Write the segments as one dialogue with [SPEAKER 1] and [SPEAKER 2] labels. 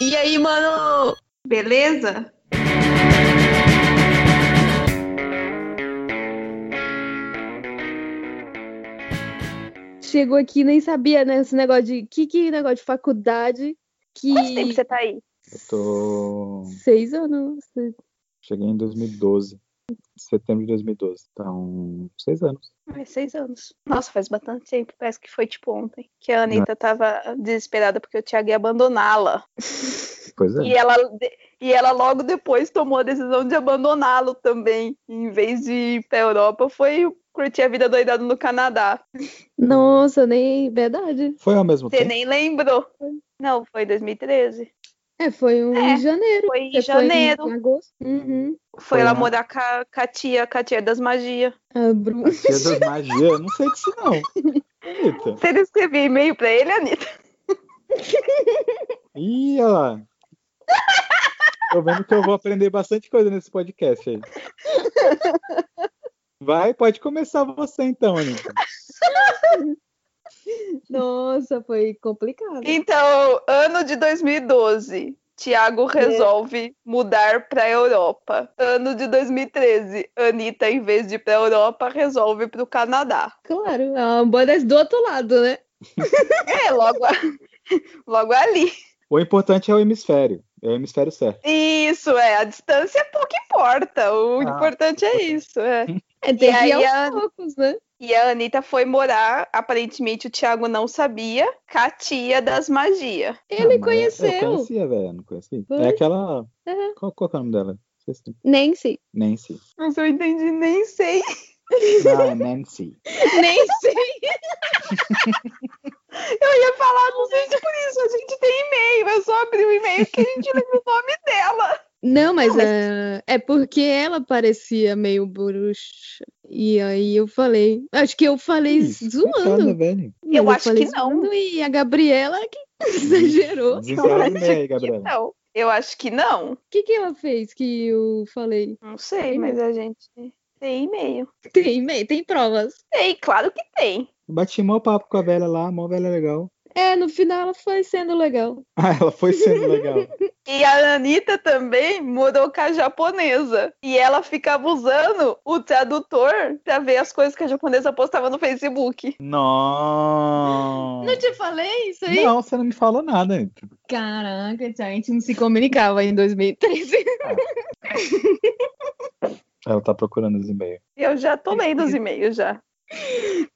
[SPEAKER 1] E aí, mano?
[SPEAKER 2] Beleza?
[SPEAKER 3] Chegou aqui nem sabia, né? Esse negócio de. Que que é negócio de faculdade? Que.
[SPEAKER 4] Quanto tempo você tá aí?
[SPEAKER 5] Eu tô.
[SPEAKER 3] Seis anos.
[SPEAKER 5] Cheguei em 2012. Setembro de 2012. Então, seis anos.
[SPEAKER 4] Faz seis anos. Nossa, faz bastante tempo. Parece que foi tipo ontem. Que a Anitta tava desesperada porque o Thiago ia abandoná-la.
[SPEAKER 5] Pois é.
[SPEAKER 4] E ela, e ela logo depois tomou a decisão de abandoná-lo também. Em vez de ir pra Europa, foi curtir a vida doidada no Canadá.
[SPEAKER 3] Nossa, nem. Verdade.
[SPEAKER 5] Foi ao mesmo
[SPEAKER 4] Você
[SPEAKER 5] tempo.
[SPEAKER 4] nem lembrou. Não, foi em 2013.
[SPEAKER 3] É, foi um
[SPEAKER 4] É,
[SPEAKER 3] em janeiro.
[SPEAKER 4] foi em
[SPEAKER 3] Você
[SPEAKER 4] janeiro.
[SPEAKER 3] Foi em agosto. Uhum.
[SPEAKER 4] Foi,
[SPEAKER 5] Foi
[SPEAKER 4] lá
[SPEAKER 5] lá.
[SPEAKER 4] morar com a, com a tia, com a tia das magias.
[SPEAKER 3] A Bru...
[SPEAKER 5] Tia das magia, eu não sei disso não. Eita.
[SPEAKER 4] Você não escreveu e-mail pra ele, Anitta?
[SPEAKER 5] Ih, olha lá. Tô vendo que eu vou aprender bastante coisa nesse podcast aí. Vai, pode começar você então, Anitta.
[SPEAKER 3] Nossa, foi complicado.
[SPEAKER 4] Então, ano de 2012. Tiago resolve mudar pra Europa. Ano de 2013. Anitta, em vez de ir pra Europa, resolve pro Canadá.
[SPEAKER 3] Claro, é a Amanda do outro lado, né?
[SPEAKER 4] É, logo, a- logo ali.
[SPEAKER 5] O importante é o hemisfério. É o hemisfério certo.
[SPEAKER 4] Isso, é. A distância pouco importa. O
[SPEAKER 5] Ah.
[SPEAKER 4] importante é isso. É.
[SPEAKER 3] É, tem que
[SPEAKER 4] aí
[SPEAKER 3] ir aos
[SPEAKER 4] a-
[SPEAKER 3] poucos, né?
[SPEAKER 4] E a Anitta foi morar, aparentemente o Thiago não sabia, com a tia das magias.
[SPEAKER 3] Ele
[SPEAKER 5] Ah, mas Eu
[SPEAKER 3] conheceu.
[SPEAKER 5] conhecia, velho. Não conheci.
[SPEAKER 3] Foi?
[SPEAKER 5] É aquela.
[SPEAKER 3] É.
[SPEAKER 5] Qual, qual que é o nome dela? Esqueci.
[SPEAKER 3] Nancy.
[SPEAKER 5] Nancy.
[SPEAKER 4] Mas eu entendi, nem sei.
[SPEAKER 5] Não, é Nancy.
[SPEAKER 3] Nancy.
[SPEAKER 4] Eu ia falar, Ah, não sei se por isso, a gente tem e-mail. Eu só abri o e-mail que a gente lembra o nome dela.
[SPEAKER 3] Não, mas,
[SPEAKER 4] Não, mas-
[SPEAKER 3] ah, é porque ela parecia meio bruxa. E aí eu falei. Acho que eu falei
[SPEAKER 5] Isso, Coitada,
[SPEAKER 3] zoando.
[SPEAKER 5] velho.
[SPEAKER 4] Eu acho
[SPEAKER 3] falei
[SPEAKER 4] que não.
[SPEAKER 3] zoando, E a Gabriela que exagerou. O
[SPEAKER 5] Desenvolve
[SPEAKER 4] Eu acho
[SPEAKER 5] aí, Gabriela.
[SPEAKER 4] Não, eu acho que não.
[SPEAKER 3] que, que ela fez que eu falei?
[SPEAKER 4] Não sei, mas a gente tem e-mail.
[SPEAKER 3] Tem, e-mail, tem provas.
[SPEAKER 4] Tem, claro que tem.
[SPEAKER 5] Bati mó papo com a velha lá, mó velha legal.
[SPEAKER 3] É, no final ela foi sendo legal.
[SPEAKER 5] Ah, ela foi sendo legal.
[SPEAKER 4] E a Anitta também morou com a japonesa. E ela ficava usando o tradutor pra ver as coisas que a japonesa postava no Facebook.
[SPEAKER 5] Não.
[SPEAKER 3] Não te falei isso aí?
[SPEAKER 5] Não, você não me falou nada, Anitta.
[SPEAKER 3] Caraca, a gente não se comunicava em 2013.
[SPEAKER 5] Ela tá procurando os e-mails.
[SPEAKER 4] Eu já tô lendo os e-mails já.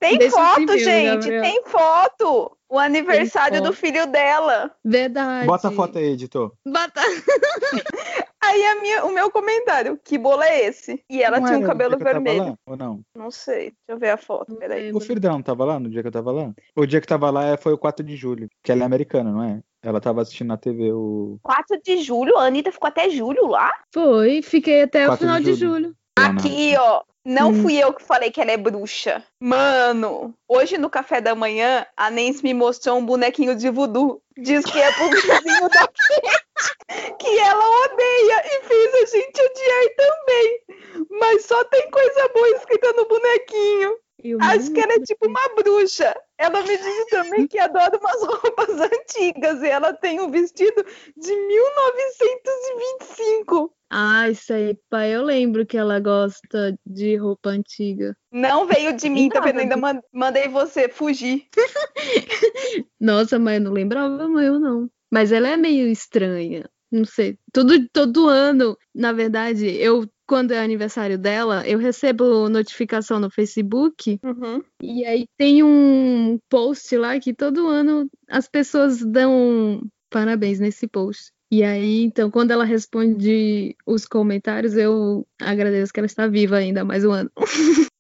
[SPEAKER 4] Tem
[SPEAKER 3] Deixa os
[SPEAKER 4] foto,
[SPEAKER 3] e-mails,
[SPEAKER 4] gente!
[SPEAKER 3] Gabriel.
[SPEAKER 4] Tem foto! O aniversário do
[SPEAKER 3] foto.
[SPEAKER 4] filho dela.
[SPEAKER 3] Verdade.
[SPEAKER 5] Bota a foto aí, editor.
[SPEAKER 3] Bota...
[SPEAKER 4] Aí a minha- o meu comentário, que bolo é esse? E ela
[SPEAKER 5] Não
[SPEAKER 4] tinha um
[SPEAKER 5] era no
[SPEAKER 4] cabelo
[SPEAKER 5] dia que eu tava
[SPEAKER 4] vermelho.
[SPEAKER 5] lá, ou não?
[SPEAKER 4] Não sei. Deixa eu ver a foto, peraí.
[SPEAKER 5] O filho dela não tava lá no dia que eu tava lá? O dia que tava lá é- foi o 4 de julho, que ela é americana, não é? Ela tava assistindo na TV o.
[SPEAKER 4] 4 de julho, a Anitta ficou até julho lá?
[SPEAKER 3] Foi, fiquei até o
[SPEAKER 5] 4 de
[SPEAKER 3] final de
[SPEAKER 5] julho.
[SPEAKER 3] julho.
[SPEAKER 4] Aqui, ó. Não
[SPEAKER 3] Hum.
[SPEAKER 4] fui eu que falei que ela é bruxa. Mano, hoje no café da manhã, a Nancy me mostrou um bonequinho de voodoo. Diz que é pro vizinho da frente, que ela odeia e fez a gente odiar também. Mas só tem coisa boa escrita no bonequinho.
[SPEAKER 3] Eu
[SPEAKER 4] Acho que
[SPEAKER 3] não-
[SPEAKER 4] ela é tipo uma bruxa. Ela me disse também que adora umas roupas antigas. E ela tem um vestido de 1925.
[SPEAKER 3] Ah, isso aí, pai, eu lembro que ela gosta de roupa antiga.
[SPEAKER 4] Não veio de mim, tá
[SPEAKER 3] Nada.
[SPEAKER 4] vendo? Ainda man- mandei você fugir.
[SPEAKER 3] Nossa, mãe, eu não lembrava, mãe, eu não. Mas ela é meio estranha. Não sei. Todo, todo ano, na verdade, eu quando é aniversário dela, eu recebo notificação no Facebook
[SPEAKER 4] Uhum.
[SPEAKER 3] E aí tem um post lá que todo ano as pessoas dão parabéns nesse post. E aí, então, quando ela responde os comentários, eu agradeço que ela está viva ainda mais um ano.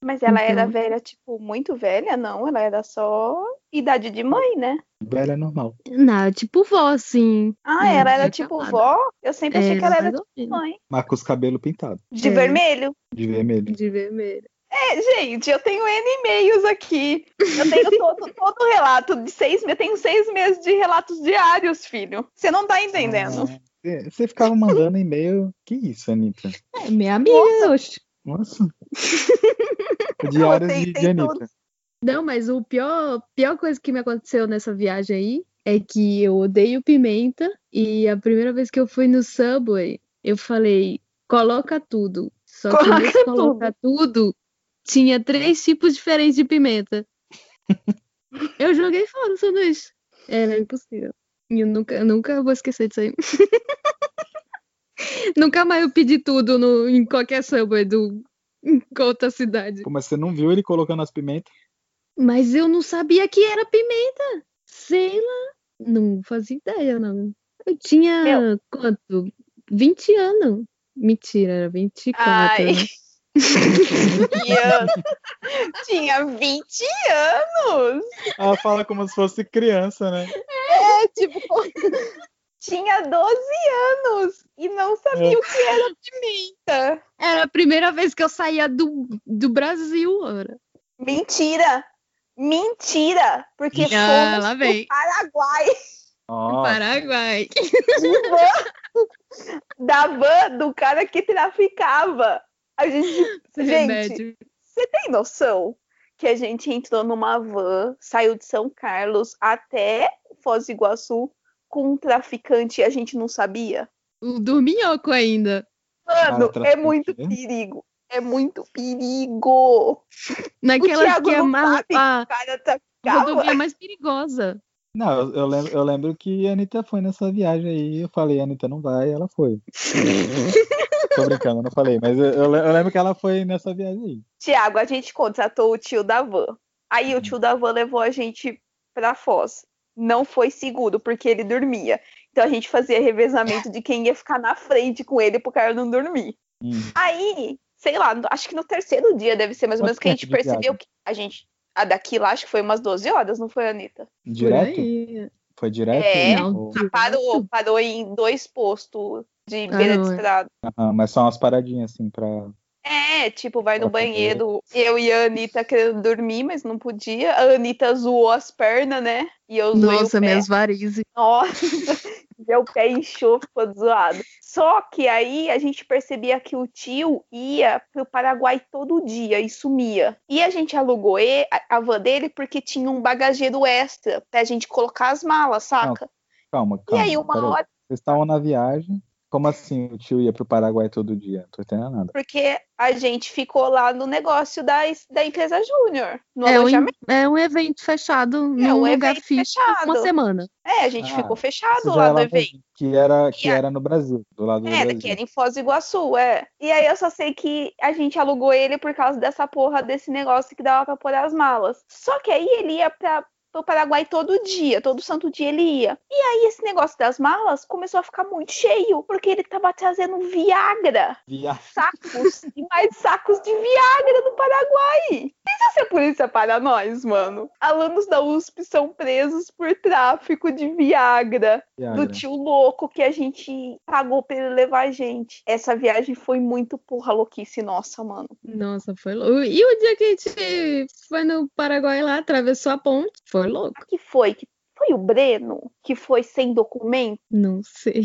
[SPEAKER 4] Mas ela era
[SPEAKER 3] Então.
[SPEAKER 4] velha, tipo, muito velha? Não, ela era só idade de mãe, né?
[SPEAKER 5] Velha é normal.
[SPEAKER 3] Não, tipo vó, assim.
[SPEAKER 4] Ah,
[SPEAKER 3] É,
[SPEAKER 4] ela era
[SPEAKER 3] já
[SPEAKER 4] tipo
[SPEAKER 3] acabada.
[SPEAKER 4] vó? Eu sempre achei
[SPEAKER 3] É,
[SPEAKER 4] que ela era
[SPEAKER 3] mais ou
[SPEAKER 4] tipo
[SPEAKER 3] menos.
[SPEAKER 4] mãe.
[SPEAKER 5] Mas com os cabelos pintados,
[SPEAKER 4] De
[SPEAKER 3] É.
[SPEAKER 4] vermelho.
[SPEAKER 5] de vermelho.
[SPEAKER 3] De vermelho.
[SPEAKER 4] É, gente, eu tenho N e-mails aqui. Eu tenho todo, todo relato de seis meses. Eu tenho seis meses de relatos diários, filho. Você não tá entendendo.
[SPEAKER 5] Ah, você- Você ficava mandando e-mail. Que isso, Anitta?
[SPEAKER 3] É, minha amiga. oxe.
[SPEAKER 5] Nossa. Diários
[SPEAKER 4] tem-
[SPEAKER 5] de, de
[SPEAKER 4] tem
[SPEAKER 5] Anitta.
[SPEAKER 4] todos.
[SPEAKER 3] Não, mas o pior, pior coisa que me aconteceu nessa viagem aí é que eu odeio pimenta e a primeira vez que eu fui no Subway, eu falei, coloca tudo. Só que
[SPEAKER 4] Coloca
[SPEAKER 3] nesse coloca tudo, tinha três tipos diferentes de pimenta. eu joguei fora o sanduíche. Era impossível. E Eu nunca, nunca vou esquecer disso aí. nunca mais eu pedi tudo no, em qualquer Subway do, em qualquer outra cidade.
[SPEAKER 5] Pô, mas você não viu ele colocando as pimentas?
[SPEAKER 3] Mas eu não sabia que era pimenta. Sei lá. Não fazia ideia, não. Eu tinha
[SPEAKER 4] Meu.
[SPEAKER 3] quanto? 20 anos. Mentira, era 24.
[SPEAKER 4] Ai.
[SPEAKER 3] né?
[SPEAKER 4] Ian tinha 20 anos.
[SPEAKER 5] Ela fala como se fosse criança, né?
[SPEAKER 4] É, tipo, tinha 12 anos e não sabia
[SPEAKER 5] É.
[SPEAKER 4] o que era pimenta.
[SPEAKER 3] Era a primeira vez que eu saía do, do Brasil, ora.
[SPEAKER 4] Mentira! Mentira! Porque
[SPEAKER 3] Ah,
[SPEAKER 4] fomos
[SPEAKER 3] lá vem.
[SPEAKER 4] pro Paraguai
[SPEAKER 5] Nossa.
[SPEAKER 3] Paraguai.
[SPEAKER 4] de van da van do cara que traficava. A gente. Gente,
[SPEAKER 3] é Remédio.
[SPEAKER 4] você tem noção que a gente entrou numa van, saiu de São Carlos até Foz do Iguaçu com um traficante e a gente não sabia?
[SPEAKER 3] O dorminhoco ainda.
[SPEAKER 4] Mano,
[SPEAKER 5] Cara,
[SPEAKER 4] é muito
[SPEAKER 5] traficante. né?
[SPEAKER 4] perigo. É muito perigo.
[SPEAKER 3] Naquelas
[SPEAKER 4] Thiago
[SPEAKER 3] que é
[SPEAKER 4] não
[SPEAKER 3] mais,
[SPEAKER 4] sabe.
[SPEAKER 3] a
[SPEAKER 4] O cara tá
[SPEAKER 3] rodovia mais perigosa.
[SPEAKER 5] Não, eu, eu lembro, eu lembro que a Anitta foi nessa viagem aí. Eu falei, a Anitta não vai, ela foi. Tô brincando, eu não falei, mas eu, eu le- eu lembro que ela foi nessa viagem aí.
[SPEAKER 4] Tiago, a gente contratou o tio da van. Aí o tio da van levou a gente pra Foz. Não foi seguro, porque ele dormia. Então a gente fazia revezamento de quem ia ficar na frente com ele pro cara não dormir.
[SPEAKER 5] Hum.
[SPEAKER 4] Aí, sei lá, no- acho que no terceiro dia deve ser mais ou
[SPEAKER 5] Quanto
[SPEAKER 4] menos que a gente
[SPEAKER 5] tempo de
[SPEAKER 4] percebeu
[SPEAKER 5] viagem?
[SPEAKER 4] que a gente. A daqui lá, acho que foi umas 12 horas, não foi, Anitta?
[SPEAKER 3] Por
[SPEAKER 5] Direto?
[SPEAKER 3] aí.
[SPEAKER 5] Foi direto?
[SPEAKER 4] É.
[SPEAKER 5] Ou-
[SPEAKER 3] Não.
[SPEAKER 4] Parou, parou em dois postos de
[SPEAKER 3] Parou,
[SPEAKER 4] beira de
[SPEAKER 3] é.
[SPEAKER 4] estrada.
[SPEAKER 5] Ah, mas só umas paradinhas assim pra.
[SPEAKER 4] É, tipo, vai no
[SPEAKER 5] Pra poder-
[SPEAKER 4] banheiro. Eu e a Anitta querendo dormir, mas não podia. A Anitta zoou as pernas, né? E eu zoei
[SPEAKER 3] Nossa,
[SPEAKER 4] o pé.
[SPEAKER 3] minhas varizes.
[SPEAKER 4] Nossa, meu pé inchou, ficou zoado. Só que aí a gente percebia que o tio ia pro Paraguai todo dia e sumia. E a gente alugou e- a- a van dele porque tinha um bagageiro extra pra gente colocar as malas, saca?
[SPEAKER 5] Calma,
[SPEAKER 4] e
[SPEAKER 5] calma.
[SPEAKER 4] aí uma
[SPEAKER 5] peraí.
[SPEAKER 4] hora
[SPEAKER 5] Vocês estavam na viagem. Como assim o tio ia pro Paraguai todo dia? Não tô entendendo nada.
[SPEAKER 4] porque a gente ficou lá no negócio da, da empresa Júnior, no
[SPEAKER 3] É um,
[SPEAKER 4] alojamento.
[SPEAKER 3] é um evento fechado num
[SPEAKER 4] um
[SPEAKER 3] lugar
[SPEAKER 4] evento
[SPEAKER 3] fixo uma
[SPEAKER 4] fechado.
[SPEAKER 3] semana.
[SPEAKER 4] É, a gente
[SPEAKER 5] Ah,
[SPEAKER 4] ficou
[SPEAKER 5] Isso
[SPEAKER 4] fechado
[SPEAKER 5] já né?
[SPEAKER 4] lá
[SPEAKER 5] é
[SPEAKER 4] no
[SPEAKER 5] lá
[SPEAKER 4] evento.
[SPEAKER 5] mesmo, que era, que
[SPEAKER 4] E a-
[SPEAKER 5] era no Brasil, do lado do
[SPEAKER 4] É,
[SPEAKER 5] Brasil.
[SPEAKER 4] que era em Foz do Iguaçu, é. E aí eu só sei que a gente alugou ele por causa dessa porra desse negócio que dava pra pôr as malas. Só que aí ele ia pra, pro Paraguai todo dia, todo santo dia ele ia. E aí esse negócio das malas começou a ficar muito cheio, porque ele tava trazendo Viagra,
[SPEAKER 5] Viagem.
[SPEAKER 4] sacos e mais sacos de Viagra do Paraguai. Pensa se a polícia para nós, mano. Alunos da USP são presos por tráfico de Viagra do
[SPEAKER 5] Viagra.
[SPEAKER 4] tio louco que a gente pagou pra ele levar a gente. Essa viagem foi muito porra louquice nossa, mano.
[SPEAKER 3] Nossa, foi louco. E o dia que a gente foi no Paraguai lá, atravessou a ponte, foi louco.
[SPEAKER 4] O que foi? Que foi o Breno que foi sem documento?
[SPEAKER 3] Não sei.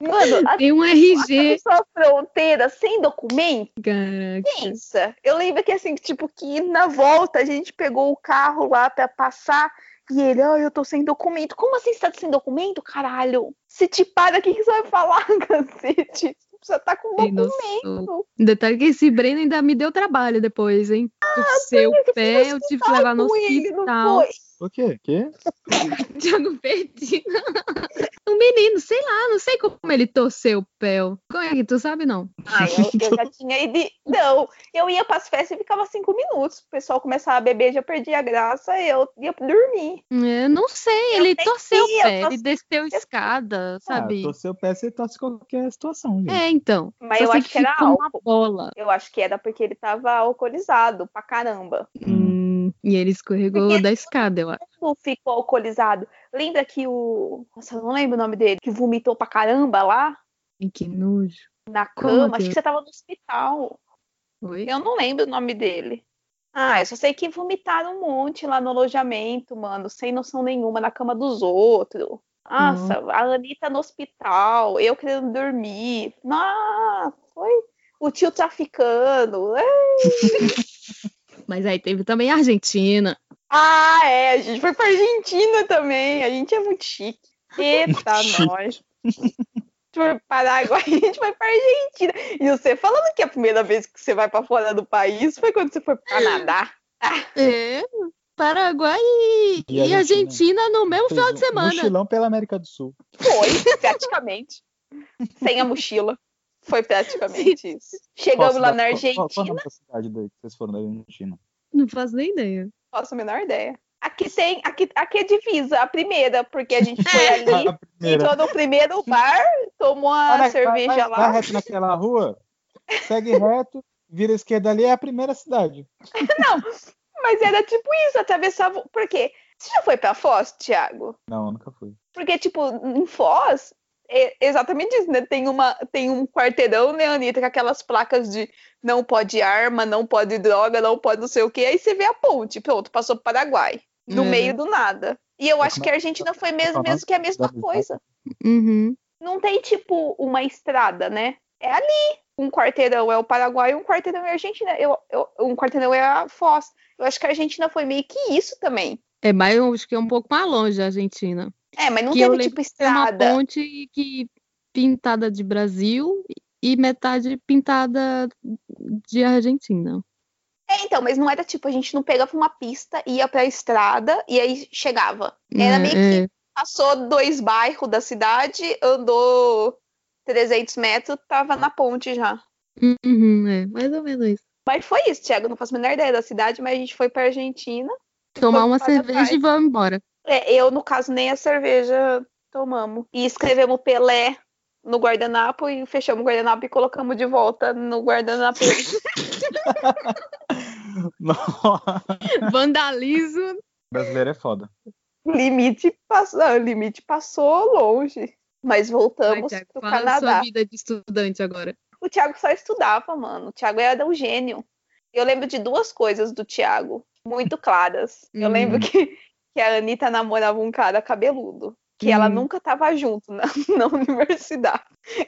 [SPEAKER 4] Mano, a
[SPEAKER 3] Tem um RG,
[SPEAKER 4] atravessou a fronteira sem documento?
[SPEAKER 3] caraca.
[SPEAKER 4] Pensa. Eu lembro que assim, tipo, que na volta a gente pegou o carro lá pra passar e ele, ó, eu tô sem documento. Como assim você tá sem documento, caralho? Se te para, o que, que você vai falar, cacete? Você tá com
[SPEAKER 3] Tem
[SPEAKER 4] documento.
[SPEAKER 3] noção. Um Detalhe que esse Breno ainda me deu trabalho depois, hein?
[SPEAKER 4] Ah,
[SPEAKER 3] O seu
[SPEAKER 4] eu fui
[SPEAKER 3] pé, eu tive que levar no
[SPEAKER 4] com ele, não
[SPEAKER 3] hospital.
[SPEAKER 4] foi?
[SPEAKER 5] O quê? ah, Quê?
[SPEAKER 3] Thiago perdido. Um menino, sei lá, não sei como ele torceu o pé. Como é que tu sabe, não?
[SPEAKER 4] Ah, eu, eu já tinha ido. Não, eu ia pras festas e ficava cinco minutos. O pessoal começava a beber, já perdia a graça, eu ia dormir.
[SPEAKER 3] É, não sei,
[SPEAKER 4] Eu
[SPEAKER 3] ele
[SPEAKER 4] sei
[SPEAKER 3] torceu
[SPEAKER 4] que
[SPEAKER 3] o
[SPEAKER 4] eu
[SPEAKER 3] pé,
[SPEAKER 4] torci-
[SPEAKER 3] ele desceu escada,
[SPEAKER 5] Ah,
[SPEAKER 3] sabe?
[SPEAKER 5] torcer o pé, você torce qualquer situação, gente.
[SPEAKER 3] É, então.
[SPEAKER 4] Mas
[SPEAKER 3] Só
[SPEAKER 4] eu
[SPEAKER 3] sei
[SPEAKER 4] acho que era
[SPEAKER 3] ficou uma
[SPEAKER 4] álcool.
[SPEAKER 3] bola.
[SPEAKER 4] Eu acho que era porque ele tava alcoolizado pra caramba.
[SPEAKER 3] Hum, e ele escorregou
[SPEAKER 4] Porque-
[SPEAKER 3] da escada, eu acho.
[SPEAKER 4] Não ficou alcoolizado. Lembra que o. Nossa, eu não lembro o nome dele, que vomitou pra caramba lá
[SPEAKER 3] Ai, Que nojo.
[SPEAKER 4] na
[SPEAKER 3] Como
[SPEAKER 4] cama.
[SPEAKER 3] que
[SPEAKER 4] Acho que
[SPEAKER 3] eu-
[SPEAKER 4] você tava no hospital.
[SPEAKER 3] Oi?
[SPEAKER 4] Eu não lembro o nome dele. Ah, eu só sei que vomitaram um monte lá no alojamento, mano, sem noção nenhuma, na cama dos outros. Nossa, a Anitta no hospital, eu querendo dormir. Nossa, foi o tio traficando. É,
[SPEAKER 3] Mas aí teve também a Argentina.
[SPEAKER 4] Ah, é, a gente foi pra Argentina também. A gente é muito chique. Eita,
[SPEAKER 5] Muito
[SPEAKER 4] nós. A gente foi pro Paraguai, a gente foi pra Argentina. E você falando que a primeira vez que você vai pra fora do país foi quando você foi pro Canadá.
[SPEAKER 3] É, Paraguai e,
[SPEAKER 5] E
[SPEAKER 3] e
[SPEAKER 5] Argentina.
[SPEAKER 3] Argentina no mesmo
[SPEAKER 5] Fez
[SPEAKER 3] final de
[SPEAKER 5] um
[SPEAKER 3] semana.
[SPEAKER 5] Mochilão pela América do Sul.
[SPEAKER 4] Foi, praticamente. Sem a mochila. Foi praticamente isso. Chegamos
[SPEAKER 5] Posso
[SPEAKER 4] lá
[SPEAKER 5] dar-
[SPEAKER 4] na
[SPEAKER 5] qual- Qual, qual é o
[SPEAKER 4] Argentina.
[SPEAKER 5] nome da cidade daí que vocês foram da Argentina?
[SPEAKER 3] Não faço nem ideia.
[SPEAKER 4] Faço a menor ideia. Aqui tem, aqui, aqui é divisa, a primeira, porque a gente foi ali,
[SPEAKER 5] A primeira.
[SPEAKER 4] entrou no primeiro bar, tomou Então, a
[SPEAKER 5] Vai- vai-
[SPEAKER 4] cerveja
[SPEAKER 5] vai- Vai
[SPEAKER 4] lá.
[SPEAKER 5] reto naquela rua, segue reto, vira esquerda ali, é a primeira cidade.
[SPEAKER 4] Mas era tipo isso, atravessava. Por quê? Você já foi pra Foz, Thiago?
[SPEAKER 5] Não, eu nunca fui.
[SPEAKER 4] Porque, tipo, em Foz, é exatamente isso, né? Tem, uma, tem um quarteirão, né, Anitta, com aquelas placas de não pode arma, não pode droga, não pode não sei o quê. Aí você vê a ponte, pronto, passou pro Paraguai. No
[SPEAKER 3] É.
[SPEAKER 4] meio do nada. E eu
[SPEAKER 5] Uhum. É,
[SPEAKER 4] acho
[SPEAKER 5] como
[SPEAKER 4] que a Argentina foi mesmo,
[SPEAKER 5] Como é o
[SPEAKER 4] mesmo que a mesma
[SPEAKER 5] Da-
[SPEAKER 4] coisa.
[SPEAKER 3] Uhum.
[SPEAKER 4] Não tem, tipo, uma estrada, né? É ali. Um quarteirão é o Paraguai, um quarteirão é a Argentina. Eu, eu- um quarteirão é a Foz. Eu acho que a Argentina foi meio que isso também.
[SPEAKER 3] É, mas eu acho que é um pouco mais longe a Argentina.
[SPEAKER 4] É, mas não
[SPEAKER 3] Que eu
[SPEAKER 4] teve,
[SPEAKER 3] lembro
[SPEAKER 4] tipo,
[SPEAKER 3] Tem uma
[SPEAKER 4] estrada.
[SPEAKER 3] ponte que pintada de Brasil e metade pintada de Argentina.
[SPEAKER 4] É, então, mas não era tipo, a gente não pegava uma pista, ia pra estrada e aí chegava. Era
[SPEAKER 3] É,
[SPEAKER 4] meio
[SPEAKER 3] é.
[SPEAKER 4] que passou dois bairros da cidade, andou 300 metros, tava na ponte já.
[SPEAKER 3] Uhum, é, mais ou menos isso.
[SPEAKER 4] Mas foi isso, Thiago, não faço a menor ideia da cidade, mas a gente foi pra Argentina.
[SPEAKER 3] Tomar uma
[SPEAKER 4] para trás.
[SPEAKER 3] cerveja e vamos embora.
[SPEAKER 4] É, eu, no caso, nem a cerveja tomamos. E escrevemos Pelé no guardanapo e fechamos o guardanapo e colocamos de volta no guardanapo.
[SPEAKER 5] Nossa,
[SPEAKER 3] Vandalismo.
[SPEAKER 5] brasileiro é foda.
[SPEAKER 4] limite, passou, limite passou longe. Mas voltamos
[SPEAKER 3] Vai, Thiago,
[SPEAKER 4] pro
[SPEAKER 3] fala da
[SPEAKER 4] Canadá.
[SPEAKER 3] sua vida de estudante agora.
[SPEAKER 4] O Thiago só estudava, mano. O Thiago era um gênio. Eu lembro de duas coisas do Thiago, muito claras. Eu
[SPEAKER 3] Hum.
[SPEAKER 4] lembro que, que a Anitta namorava um cara cabeludo, que ela
[SPEAKER 3] Hum.
[SPEAKER 4] nunca tava junto na, na universidade,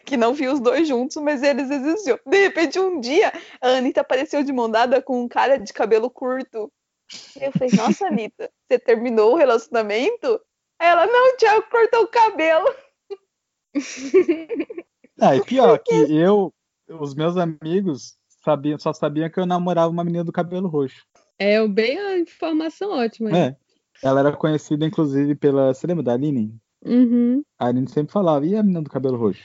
[SPEAKER 4] que não viu os dois juntos, mas eles existiam. De repente, um dia, a Anitta apareceu de mão dada com um cara de cabelo curto. E eu falei, nossa, Anitta, você terminou o relacionamento? Aí ela, não, o Thiago cortou o cabelo.
[SPEAKER 5] Ah, e pior, que eu, os meus amigos sabiam, só sabiam que eu namorava uma menina do cabelo roxo.
[SPEAKER 3] É bem a informação ótima. né?
[SPEAKER 5] É. Ela era conhecida, inclusive, pela. Você lembra da Aline?
[SPEAKER 3] Uhum.
[SPEAKER 5] A Aline sempre falava, e a menina do cabelo roxo?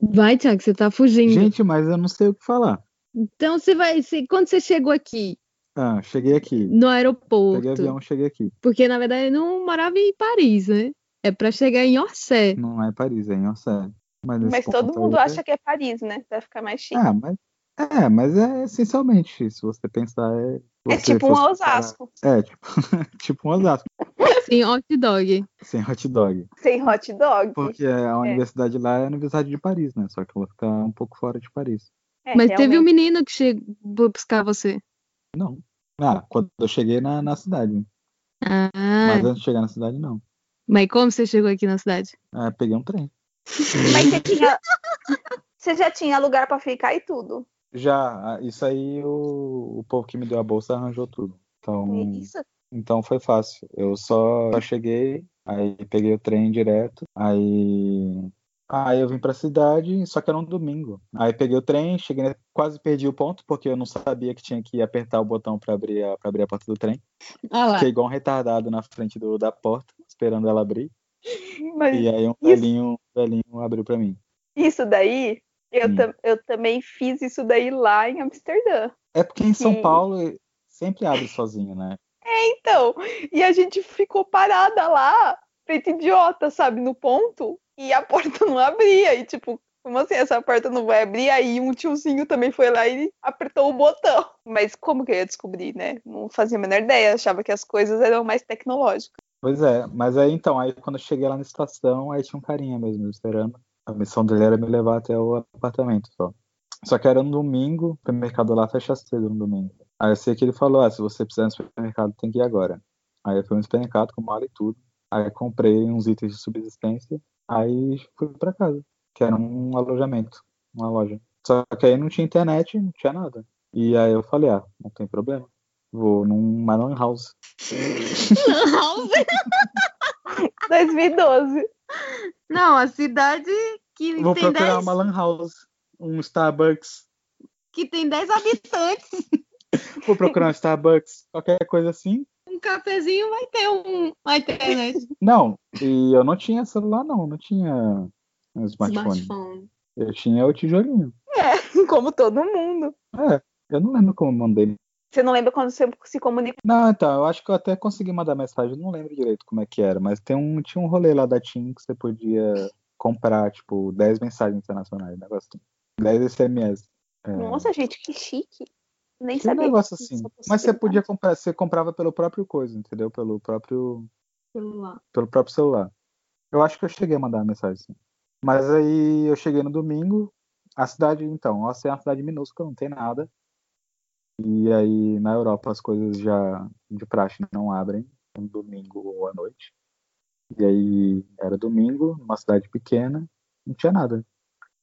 [SPEAKER 3] Vai, Tiago, você tá fugindo.
[SPEAKER 5] Gente, mas eu não sei o que falar.
[SPEAKER 3] Então você vai. você- quando você chegou aqui
[SPEAKER 5] Ah, cheguei aqui.
[SPEAKER 3] no
[SPEAKER 5] Peguei
[SPEAKER 3] aeroporto,
[SPEAKER 5] avião, cheguei aqui.
[SPEAKER 3] porque na verdade eu não morava em Paris, né? É pra chegar em Orsay.
[SPEAKER 5] Não é Paris, é em Orsay.
[SPEAKER 4] Mas
[SPEAKER 5] nesse
[SPEAKER 4] todo
[SPEAKER 5] ponto
[SPEAKER 4] mundo
[SPEAKER 5] aí,
[SPEAKER 4] acha que é Paris, né? Pra ficar mais chique.
[SPEAKER 5] Ah, mas é, mas é essencialmente, se você pensar, é.
[SPEAKER 4] É
[SPEAKER 5] você
[SPEAKER 4] tipo um
[SPEAKER 5] fosse
[SPEAKER 4] Osasco,
[SPEAKER 5] comparar- É, tipo, tipo um Osasco,
[SPEAKER 3] Sim, hot dog.
[SPEAKER 5] sem hot dog.
[SPEAKER 4] sem hot dog.
[SPEAKER 5] Porque a universidade lá é a Universidade de Paris, né? Só que ela fica um pouco fora de Paris.
[SPEAKER 4] É,
[SPEAKER 3] Mas teve um
[SPEAKER 4] realmente.
[SPEAKER 3] menino que chegou buscar você.
[SPEAKER 5] Não. Ah, quando eu cheguei na, na cidade.
[SPEAKER 3] Ah,
[SPEAKER 5] Mas é-
[SPEAKER 3] mas...
[SPEAKER 5] antes de chegar na cidade, não.
[SPEAKER 3] como você chegou aqui na cidade?
[SPEAKER 5] Ah, peguei um trem.
[SPEAKER 4] Mas você tinha. Você já tinha lugar pra ficar e tudo.
[SPEAKER 5] Já, ah, isso aí o, o povo que me deu a bolsa arranjou tudo. Então,
[SPEAKER 4] E É Isso.
[SPEAKER 5] Então foi fácil. Eu só, só cheguei, aí peguei o trem direto, aí. Aí eu vim pra cidade, só que era um domingo. Aí peguei o trem, cheguei, né, quase perdi o ponto, porque eu não sabia que tinha que apertar o botão pra abrir a, pra abrir a porta do trem.
[SPEAKER 3] Ah lá.
[SPEAKER 5] Fiquei igual um retardado na frente do, da porta, esperando ela abrir.
[SPEAKER 4] Mas
[SPEAKER 5] E aí um velhinho, um velhinho abriu pra mim.
[SPEAKER 4] isso daí, eu,
[SPEAKER 5] Hum.
[SPEAKER 4] tam- eu também fiz isso daí lá em Amsterdã.
[SPEAKER 5] É porque em São
[SPEAKER 4] Sim.
[SPEAKER 5] Paulo eh, sempre abre sozinho, né?
[SPEAKER 4] Então, e a gente ficou parada lá, feito idiota, sabe, no ponto, e a porta não abria. E tipo, como assim, essa porta não vai abrir? Aí um tiozinho também foi lá e apertou o botão. Mas como que eu ia descobrir, né? Não fazia a menor ideia, achava que as coisas eram mais tecnológicas.
[SPEAKER 5] Pois é, mas aí então, aí quando eu cheguei lá na estação, aí tinha um carinha mesmo me esperando. A missão dele era me levar até o apartamento só. Só que era um domingo, o supermercado lá fecha cedo no domingo. Aí eu sei que ele falou: ah, se você precisar ir no supermercado, tem que ir agora. Aí eu fui no supermercado com mala e tudo. Aí eu comprei uns itens de subsistência. Aí fui pra casa, que era um alojamento, uma loja. Só que aí não tinha internet, não tinha nada. E aí eu falei: ah, não tem problema. Vou numa lan house.
[SPEAKER 3] Não,
[SPEAKER 4] 2012.
[SPEAKER 3] não, a cidade que
[SPEAKER 5] Vou
[SPEAKER 3] tem
[SPEAKER 5] procurar
[SPEAKER 3] 10
[SPEAKER 5] uma lan house, um Starbucks.
[SPEAKER 3] que tem 10 habitantes,
[SPEAKER 5] Vou procurar um Starbucks, qualquer coisa assim.
[SPEAKER 3] um cafezinho vai ter um, uma internet,
[SPEAKER 5] Não, e eu não tinha celular, não. Não tinha um smartphone.
[SPEAKER 3] smartphone.
[SPEAKER 5] Eu tinha o tijolinho.
[SPEAKER 4] Como todo mundo.
[SPEAKER 5] É, eu não lembro como eu mandei.
[SPEAKER 4] Você não lembra quando você se comunica?
[SPEAKER 5] Não, então, eu acho que eu até consegui mandar mensagem, não lembro direito como é que era, mas tem um, tinha um rolê lá da TIM que você podia comprar, tipo, 10 mensagens internacionais, um negócio assim. 10 SMS. É,
[SPEAKER 4] Nossa, gente, que chique. Nem
[SPEAKER 5] tinha um
[SPEAKER 4] sabia.
[SPEAKER 5] negócio
[SPEAKER 4] que
[SPEAKER 5] assim.
[SPEAKER 4] tinha essa
[SPEAKER 5] Mas você podia
[SPEAKER 4] possibilidade.
[SPEAKER 5] comprar, você comprava pelo próprio coisa, entendeu? Pelo próprio
[SPEAKER 3] celular.
[SPEAKER 5] pelo próprio celular. Eu acho que eu cheguei a mandar mensagem, sim. Mas aí eu cheguei no domingo, a cidade, então, ela é uma cidade minúscula, não tem nada. E aí na Europa as coisas já de praxe não abrem no domingo ou à noite. E aí era domingo, numa cidade pequena, não tinha nada.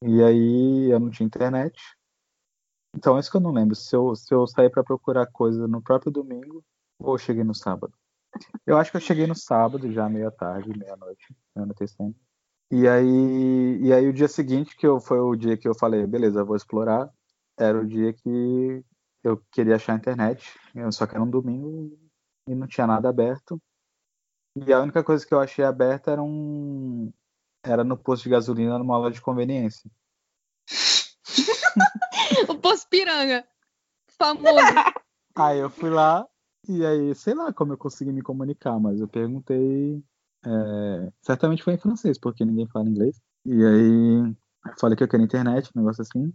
[SPEAKER 5] E aí eu não tinha internet. Então isso que eu não lembro, se eu, se eu saí para procurar coisa no próprio domingo ou eu cheguei no sábado. Eu acho que eu cheguei no sábado, já meia tarde, meia-noite, eu anotei sempre. E aí, e aí o dia seguinte, que eu, foi o dia que eu falei, beleza, eu vou explorar, era o dia que eu queria achar a internet, eu- só que era um domingo e não tinha nada aberto. E a única coisa que eu achei aberta era um. Era no posto de gasolina, numa loja de conveniência.
[SPEAKER 3] O Poço Piranga, famoso.
[SPEAKER 5] Aí eu fui lá, e aí, sei lá como eu consegui me comunicar, mas eu perguntei. é, certamente foi em francês, porque ninguém fala inglês. E aí, eu falei que eu queria internet, um negócio assim.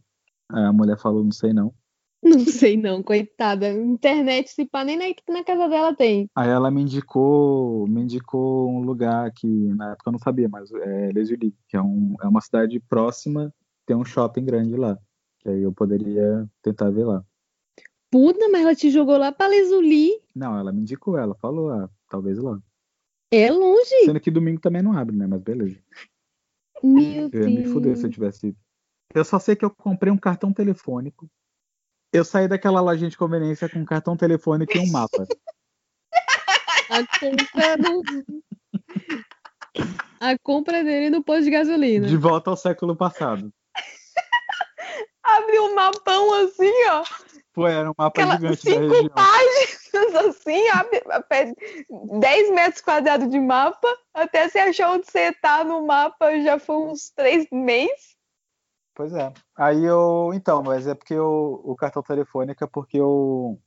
[SPEAKER 5] Aí a mulher falou, não sei não.
[SPEAKER 3] Não sei não, coitada. Internet, se pá, nem na, na casa dela tem.
[SPEAKER 5] Aí ela me indicou, me indicou um lugar que na época eu não sabia, mas é Lesulie, que é, um, é uma cidade próxima, tem um shopping grande lá. Que aí eu poderia tentar ver lá.
[SPEAKER 3] Puta, mas ela te jogou lá pra Lesuli.
[SPEAKER 5] Não, ela me indicou, ela falou, ah, talvez lá.
[SPEAKER 3] É longe.
[SPEAKER 5] Sendo que domingo também não abre, né? Mas beleza.
[SPEAKER 3] Meu
[SPEAKER 5] Eu ia É, me fuder se eu
[SPEAKER 3] Deus.
[SPEAKER 5] tivesse ido. Eu só sei que eu comprei um cartão telefônico. Eu saí daquela lojinha de conveniência com um cartão telefônico e um mapa.
[SPEAKER 3] A compra, é no- A compra dele no posto de gasolina.
[SPEAKER 5] de volta ao século passado.
[SPEAKER 4] Abre um mapão assim, ó.
[SPEAKER 5] Pô, era um mapa
[SPEAKER 4] Aquela
[SPEAKER 5] gigante da
[SPEAKER 4] cinco
[SPEAKER 5] região.
[SPEAKER 4] páginas assim, abre, pede 10 metros quadrados de mapa. Até você achar onde você tá no mapa já foi uns três meses.
[SPEAKER 5] Pois é. Aí eu. Então, mas é porque eu, o cartão telefônico é porque eu.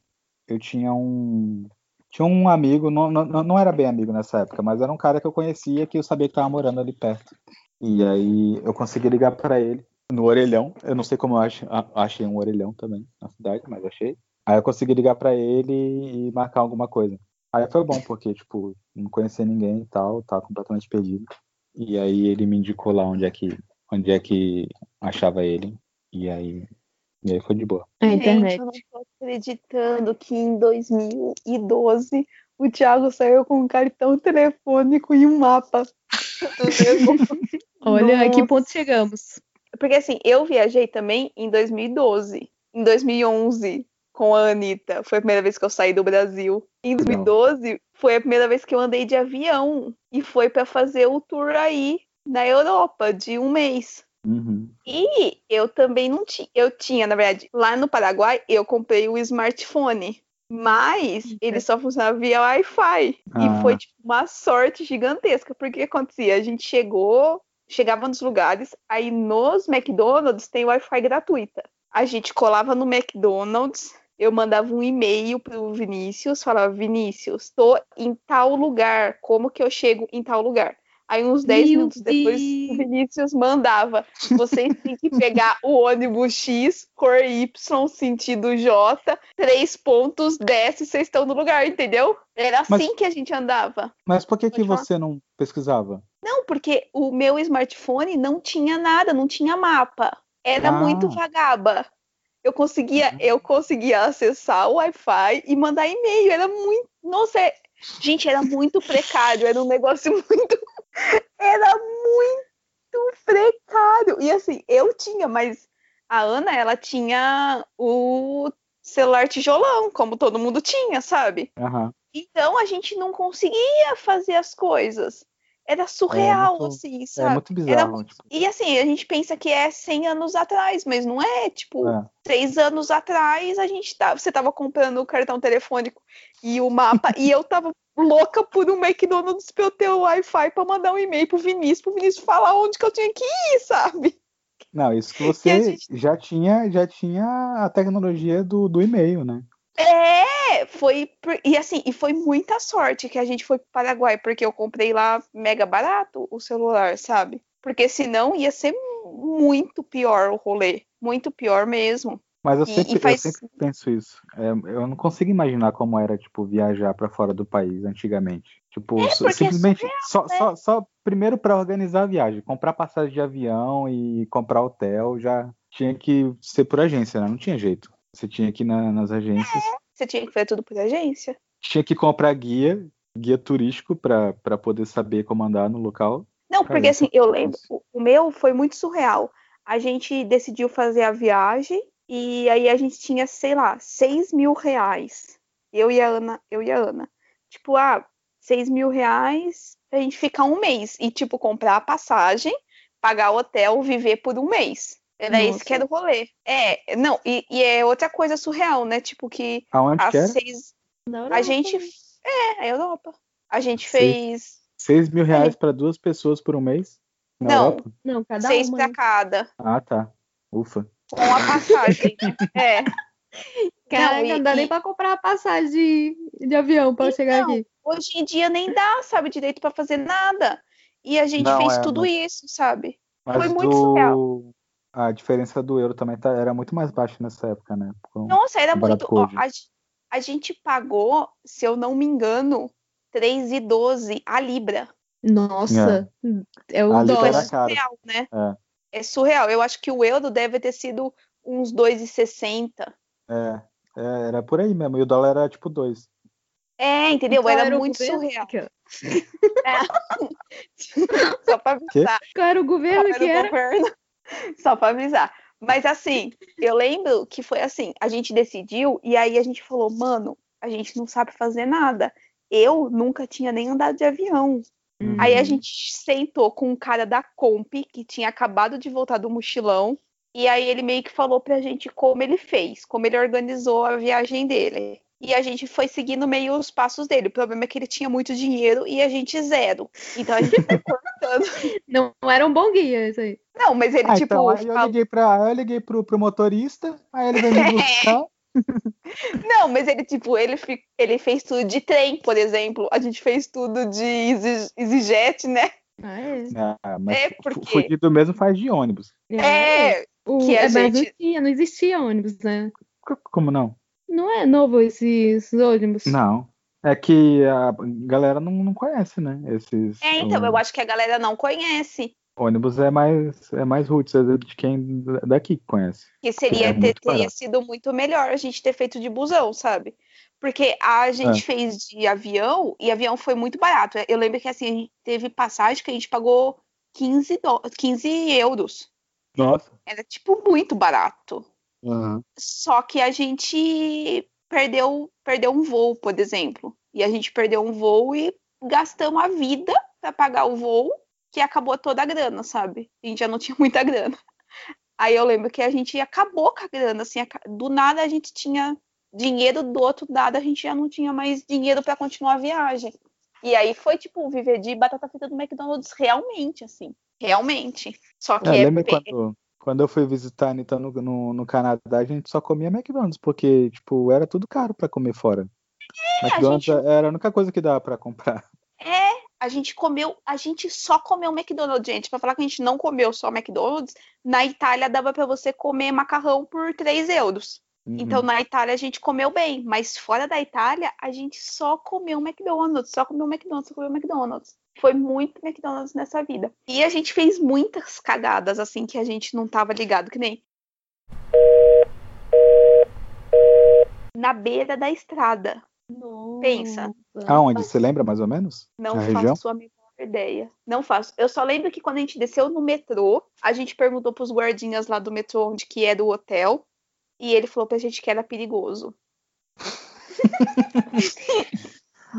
[SPEAKER 5] Eu tinha um. Tinha um amigo, não, não, não era bem amigo nessa época, mas era um cara que eu conhecia que eu sabia que tava morando ali perto. E aí eu consegui ligar pra ele no orelhão. Eu não sei como eu ach- a- achei um orelhão também na cidade, mas achei. Aí eu consegui ligar pra ele e marcar alguma coisa. Aí foi bom, porque, tipo, não conhecia ninguém e tal, tava completamente perdido. E aí ele me indicou lá onde é que, onde é que achava ele. E aí, e aí foi de boa.
[SPEAKER 4] É
[SPEAKER 3] A internet.
[SPEAKER 4] Gente, eu não tô acreditando que em 2012 o Thiago saiu com um cartão telefônico e um mapa.
[SPEAKER 3] Olha, a que
[SPEAKER 4] Nossa.
[SPEAKER 3] ponto chegamos.
[SPEAKER 4] Porque assim, eu viajei também em 2012. Em 2011, com a Anitta, foi a primeira vez que eu saí do Brasil. Em
[SPEAKER 5] Legal.
[SPEAKER 4] 2012, foi a primeira vez que eu andei de avião. E foi pra fazer o tour aí na Europa, de um mês.
[SPEAKER 5] Uhum.
[SPEAKER 4] E eu também não tinha. Eu tinha, na verdade, lá no Paraguai, eu comprei o smartphone. Mas ele só funcionava via Wi-Fi.
[SPEAKER 5] Ah.
[SPEAKER 4] E foi tipo, uma sorte gigantesca. Porque o que acontecia? A gente chegou, chegava nos lugares, aí nos McDonald's tem Wi-Fi gratuita. A gente colava no McDonald's, eu mandava um e-mail pro Vinícius, falava, Vinícius, tô em tal lugar, como que eu chego em tal lugar? Aí uns 10
[SPEAKER 3] Meu
[SPEAKER 4] minutos depois, o
[SPEAKER 3] Deus.
[SPEAKER 4] Vinícius mandava, vocês têm que pegar o ônibus X, cor Y, sentido J, três pontos, desce, vocês estão no lugar, entendeu? Era
[SPEAKER 5] Mas-
[SPEAKER 4] assim que a gente andava.
[SPEAKER 5] Mas por que, que
[SPEAKER 4] Pode falar.
[SPEAKER 5] você não pesquisava?
[SPEAKER 4] Não, porque o meu smartphone não tinha nada, não tinha mapa. Era
[SPEAKER 5] Ah.
[SPEAKER 4] muito vagaba. Eu conseguia, eu conseguia acessar o Wi-Fi e mandar e-mail. Era muito, nossa, é- gente, era muito precário. Era um negócio muito, era muito precário. E assim, eu tinha, mas a Ana, ela tinha o celular tijolão, como todo mundo tinha, sabe?
[SPEAKER 5] Aham. É
[SPEAKER 4] Então a gente não conseguia fazer as coisas. Era surreal,
[SPEAKER 5] muito-
[SPEAKER 4] assim,
[SPEAKER 5] É
[SPEAKER 4] sabe?
[SPEAKER 5] muito bizarro, tipo.
[SPEAKER 4] E assim, a gente pensa que é 100 anos atrás, mas não é. Tipo,
[SPEAKER 5] É.
[SPEAKER 4] três anos atrás, a gente tava, você tava comprando o cartão telefônico e o mapa, e eu tava louca por um McDonald's pra eu ter o Wi-Fi pra mandar um e-mail pro Vinícius, pro Vinícius falar onde que eu tinha que ir, sabe?
[SPEAKER 5] Não, isso que
[SPEAKER 4] E a
[SPEAKER 5] você
[SPEAKER 4] gente-
[SPEAKER 5] já tinha, já tinha a tecnologia do, do e-mail, né?
[SPEAKER 4] É, foi. por- E assim, e foi muita sorte que a gente foi pro Paraguai, porque eu comprei lá mega barato o celular, sabe? Porque senão ia ser muito pior o rolê. Muito pior mesmo.
[SPEAKER 5] Mas eu
[SPEAKER 4] É, E-
[SPEAKER 5] sempre,
[SPEAKER 4] e faz-
[SPEAKER 5] eu sempre penso isso. É, eu não consigo imaginar como era, tipo, viajar pra fora do país antigamente. Tipo,
[SPEAKER 4] porque é né?
[SPEAKER 5] so- simplesmente só, só, só primeiro pra organizar a viagem, comprar passagem de avião e comprar hotel, já tinha que ser por agência, né? Não tinha jeito. Você tinha que ir na- nas agências,
[SPEAKER 4] Você tinha que fazer tudo por agência.
[SPEAKER 5] tinha que comprar guia, guia turístico pra pra poder saber como andar no local.
[SPEAKER 4] Não,
[SPEAKER 5] Cara,
[SPEAKER 4] porque
[SPEAKER 5] isso
[SPEAKER 4] assim, eu lembro,
[SPEAKER 5] difícil.
[SPEAKER 4] o o meu foi muito surreal. A gente decidiu fazer a viagem e aí a gente tinha, sei lá, 6 mil reais. Eu e a Ana, eu e a Ana. Tipo, ah, 6 mil reais pra gente ficar um mês e, tipo, comprar a passagem, pagar o hotel, viver por um mês. Era isso
[SPEAKER 3] Nossa.
[SPEAKER 4] que era o rolê. É, não, e, e é outra coisa surreal, né? Tipo, que
[SPEAKER 5] Aonde
[SPEAKER 4] a
[SPEAKER 5] que era?
[SPEAKER 4] 6.
[SPEAKER 3] Na
[SPEAKER 4] A
[SPEAKER 3] Europa. né?
[SPEAKER 4] gente. É, a Europa. A gente
[SPEAKER 5] Sim.
[SPEAKER 4] fez.
[SPEAKER 5] 6 mil reais pra duas pessoas por um mês? Na
[SPEAKER 4] Não.
[SPEAKER 5] Europa?
[SPEAKER 3] Não, cada
[SPEAKER 4] Seis
[SPEAKER 3] uma.
[SPEAKER 4] pra
[SPEAKER 3] né?
[SPEAKER 4] cada.
[SPEAKER 5] Ah, tá. Ufa.
[SPEAKER 4] Com a passagem. é.
[SPEAKER 3] Caraca,
[SPEAKER 4] Não, e-
[SPEAKER 3] não dá nem
[SPEAKER 4] e-
[SPEAKER 3] pra comprar a passagem de, de avião pra eu chegar
[SPEAKER 4] Então,
[SPEAKER 3] aqui.
[SPEAKER 4] Hoje em dia nem dá, sabe, direito pra fazer nada. E a gente
[SPEAKER 5] Não,
[SPEAKER 4] fez
[SPEAKER 5] é,
[SPEAKER 4] tudo
[SPEAKER 5] mas-
[SPEAKER 4] isso, sabe?
[SPEAKER 5] Mas
[SPEAKER 4] Foi muito
[SPEAKER 5] do-
[SPEAKER 4] surreal.
[SPEAKER 5] A diferença do euro também tá- era muito mais baixa nessa época, né? Com-
[SPEAKER 4] Nossa, era
[SPEAKER 5] Comparado
[SPEAKER 4] muito.
[SPEAKER 5] com
[SPEAKER 4] ó,
[SPEAKER 5] hoje.
[SPEAKER 4] a, ge- a gente pagou, se eu não me engano, 3,12 a libra.
[SPEAKER 3] Nossa, é, o
[SPEAKER 5] A libra
[SPEAKER 3] dólar.
[SPEAKER 5] era caro.
[SPEAKER 4] Surreal, né?
[SPEAKER 5] É.
[SPEAKER 4] É surreal. Eu acho que o euro deve ter sido uns 2,60.
[SPEAKER 5] É, é, era por aí mesmo. E o dólar era tipo 2.
[SPEAKER 4] É, entendeu?
[SPEAKER 3] Qual
[SPEAKER 4] era
[SPEAKER 3] o
[SPEAKER 4] muito
[SPEAKER 3] governo?
[SPEAKER 4] surreal.
[SPEAKER 3] Que-
[SPEAKER 4] Só pra avisar.
[SPEAKER 3] Qual era o governo
[SPEAKER 4] Só
[SPEAKER 3] que
[SPEAKER 4] era o
[SPEAKER 3] era?
[SPEAKER 4] governo. Só pra avisar. Mas assim, eu lembro que foi assim, a gente decidiu e aí a gente falou, mano, a gente não sabe fazer nada. Eu nunca tinha nem andado de avião.
[SPEAKER 5] Hum.
[SPEAKER 4] Aí a
[SPEAKER 5] Uhum.
[SPEAKER 4] gente sentou com um cara da Comp, que tinha acabado de voltar do mochilão, e aí ele meio que falou pra gente como ele fez, como ele organizou a viagem dele. E a gente foi seguindo meio os passos dele. O problema é que ele tinha muito dinheiro e a gente zero. Então a gente foi cortando.
[SPEAKER 3] Não, não era um bom guia isso aí.
[SPEAKER 4] Não, mas ele,
[SPEAKER 5] Ah,
[SPEAKER 4] tipo,
[SPEAKER 5] então, aí eu
[SPEAKER 4] falou-
[SPEAKER 5] liguei, pra, eu liguei pro, pro motorista, aí ele
[SPEAKER 4] É.
[SPEAKER 5] veio me buscar.
[SPEAKER 4] Não, mas ele, tipo, ele, fi- ele fez tudo de trem, por exemplo. A gente fez tudo de exi- EasyJet, né?
[SPEAKER 3] Ah, é.
[SPEAKER 5] Ah, mas
[SPEAKER 4] É,
[SPEAKER 5] fu-
[SPEAKER 4] porque-
[SPEAKER 5] fudido mesmo faz de ônibus.
[SPEAKER 4] É,
[SPEAKER 3] O-
[SPEAKER 4] que a
[SPEAKER 3] é, mas não
[SPEAKER 4] gente-
[SPEAKER 3] tinha, não existia ônibus, né?
[SPEAKER 5] C- Como não?
[SPEAKER 3] Não é novo esses ônibus.
[SPEAKER 5] Não. É que a galera não, não conhece, né? Esses
[SPEAKER 4] É, então,
[SPEAKER 5] o-
[SPEAKER 4] eu acho que a galera não conhece.
[SPEAKER 5] ônibus é mais, é mais roots, é de quem daqui que conhece.
[SPEAKER 4] Que seria
[SPEAKER 5] É
[SPEAKER 4] ter-
[SPEAKER 5] muito
[SPEAKER 4] teria
[SPEAKER 5] barato.
[SPEAKER 4] sido muito melhor a gente ter feito de busão, sabe? Porque a gente
[SPEAKER 5] É.
[SPEAKER 4] fez de avião e avião foi muito barato. Eu lembro que assim, a gente teve passagem que a gente pagou 15, dó- 15 euros.
[SPEAKER 5] Nossa.
[SPEAKER 4] Era tipo muito barato.
[SPEAKER 5] Uhum.
[SPEAKER 4] Só que a gente perdeu, perdeu um voo, por exemplo. E a gente perdeu um voo e gastamos a vida para pagar o voo, que acabou toda a grana, sabe? A gente já não tinha muita grana. Aí eu lembro que a gente acabou com a grana, assim, aca- do nada a gente tinha dinheiro, do outro nada a gente já não tinha mais dinheiro para continuar a viagem. E aí foi tipo viver de batata frita do McDonald's realmente, assim, realmente. Só que
[SPEAKER 5] É,
[SPEAKER 4] é,
[SPEAKER 5] lembra
[SPEAKER 4] bem-
[SPEAKER 5] quando, quando eu fui visitar a Anitta no, no, no Canadá, a gente só comia McDonald's, porque, tipo, era tudo caro pra comer fora. McDonald's
[SPEAKER 4] gente-
[SPEAKER 5] era a única coisa que dava pra comprar.
[SPEAKER 4] É, a gente comeu, a gente só comeu McDonald's, gente. Pra falar que a gente não comeu só McDonald's, na Itália dava pra você comer macarrão por 3 euros. Então
[SPEAKER 5] Uhum.
[SPEAKER 4] na Itália a gente comeu bem, mas fora da Itália a gente só comeu McDonald's, só comeu McDonald's, só comeu McDonald's. Foi muito McDonald's nessa vida. E a gente fez muitas cagadas assim que a gente não tava ligado, que nem na beira da estrada. Pensa.
[SPEAKER 5] Aonde? Você lembra mais ou menos?
[SPEAKER 4] Não
[SPEAKER 5] A
[SPEAKER 4] faço
[SPEAKER 5] região?
[SPEAKER 4] a menor ideia. Não faço. Eu só lembro que quando a gente desceu no metrô, a gente perguntou pros guardinhas lá do metrô onde que era o é hotel. E ele falou pra gente que era perigoso.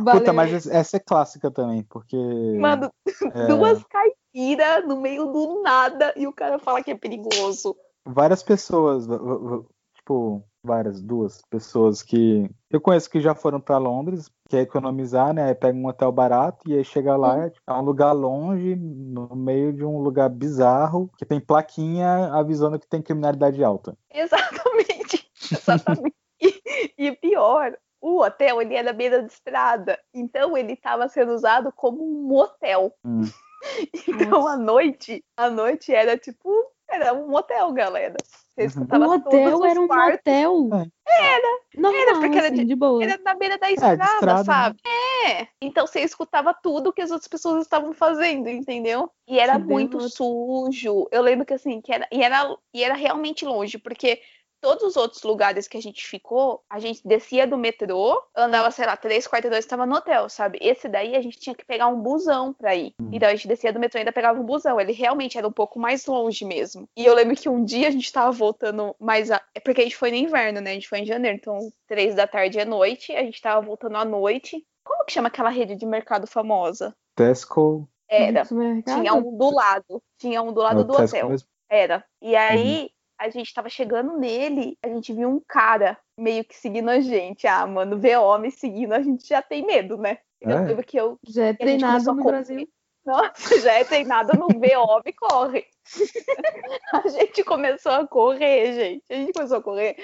[SPEAKER 5] Puta, mas es- essa é clássica também, porque.
[SPEAKER 4] Mano,
[SPEAKER 5] é,
[SPEAKER 4] duas caipiras no meio do nada e o cara fala que é perigoso.
[SPEAKER 5] várias pessoas, v- v- v- tipo, várias, duas pessoas que eu conheço que já foram pra Londres, quer economizar, né? Aí pega um hotel barato e aí chega
[SPEAKER 4] Uhum.
[SPEAKER 5] lá, é, tipo, é um lugar longe, no meio de um lugar bizarro, que tem plaquinha avisando que tem criminalidade alta.
[SPEAKER 4] Exatamente. Exatamente. E, e pior, o hotel ele era beira de estrada. Então ele tava sendo usado como um motel.
[SPEAKER 5] Hum.
[SPEAKER 4] Então a noite, a noite era tipo, era um motel, galera. Você
[SPEAKER 5] Uhum.
[SPEAKER 3] O
[SPEAKER 4] escutava todos
[SPEAKER 3] hotel
[SPEAKER 4] os
[SPEAKER 3] era um
[SPEAKER 4] quartos.
[SPEAKER 3] motel.
[SPEAKER 5] É.
[SPEAKER 3] Normal,
[SPEAKER 4] Era, porque era
[SPEAKER 3] assim, É, de, boa.
[SPEAKER 4] Era na beira da estrada,
[SPEAKER 5] estrada, né?
[SPEAKER 4] sabe? É. Então você escutava tudo que as outras pessoas estavam fazendo, entendeu? E era
[SPEAKER 3] Que
[SPEAKER 4] muito
[SPEAKER 3] derrota.
[SPEAKER 4] sujo. Eu lembro que assim, que era, e, era, e era realmente longe, porque todos os outros lugares que a gente ficou, a gente descia do metrô, andava, sei lá, três, quartos e estava no hotel, sabe? Esse daí a gente tinha que pegar um busão pra ir.
[SPEAKER 5] Hum.
[SPEAKER 4] Então a gente descia do metrô e ainda pegava um busão. Ele realmente era um pouco mais longe mesmo. E eu lembro que um dia a gente tava voltando mais. A... É porque a gente foi no inverno, né? A gente foi em janeiro, então três da tarde é noite. A gente tava voltando à noite. Como que chama aquela rede de mercado famosa?
[SPEAKER 5] Tesco.
[SPEAKER 4] Era.
[SPEAKER 3] Supermercado?
[SPEAKER 4] Tinha um do lado. Tinha um do lado
[SPEAKER 5] é o
[SPEAKER 4] do
[SPEAKER 5] Tesco
[SPEAKER 4] hotel.
[SPEAKER 5] mesmo.
[SPEAKER 4] Era. E aí, a gente tava chegando nele, a gente viu um cara meio que seguindo a gente. Ah, mano, ver homem seguindo, a gente já tem medo, né? Eu
[SPEAKER 5] É?
[SPEAKER 4] lembro que eu.
[SPEAKER 3] Já é
[SPEAKER 4] que a gente começou
[SPEAKER 3] treinado
[SPEAKER 4] a
[SPEAKER 3] no
[SPEAKER 4] correr.
[SPEAKER 3] Brasil.
[SPEAKER 4] Nossa, já é treinado no ver homem, corre. a gente começou a correr, gente. A gente começou a correr.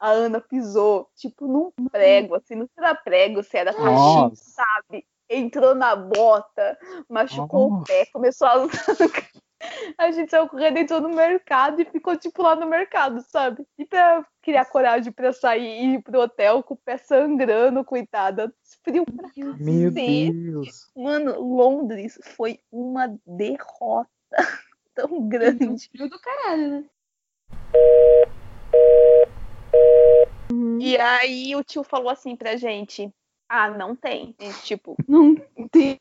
[SPEAKER 4] A Ana pisou, tipo, num prego, assim, não era prego, se era cachimbo,
[SPEAKER 5] Nossa.
[SPEAKER 4] sabe? Entrou na bota, machucou o pé, começou a A gente saiu correndo, entrou no mercado e ficou, tipo, lá no mercado, sabe? E pra criar coragem pra sair e ir pro hotel com o pé sangrando, coitada. Frio. pra-
[SPEAKER 5] Meu
[SPEAKER 4] Sim.
[SPEAKER 5] Deus.
[SPEAKER 4] Mano, Londres foi uma derrota tão grande.
[SPEAKER 3] Frio do caralho, né?
[SPEAKER 4] E aí o tio falou assim pra gente: Ah, não tem. A gente, tipo,
[SPEAKER 3] Não tem.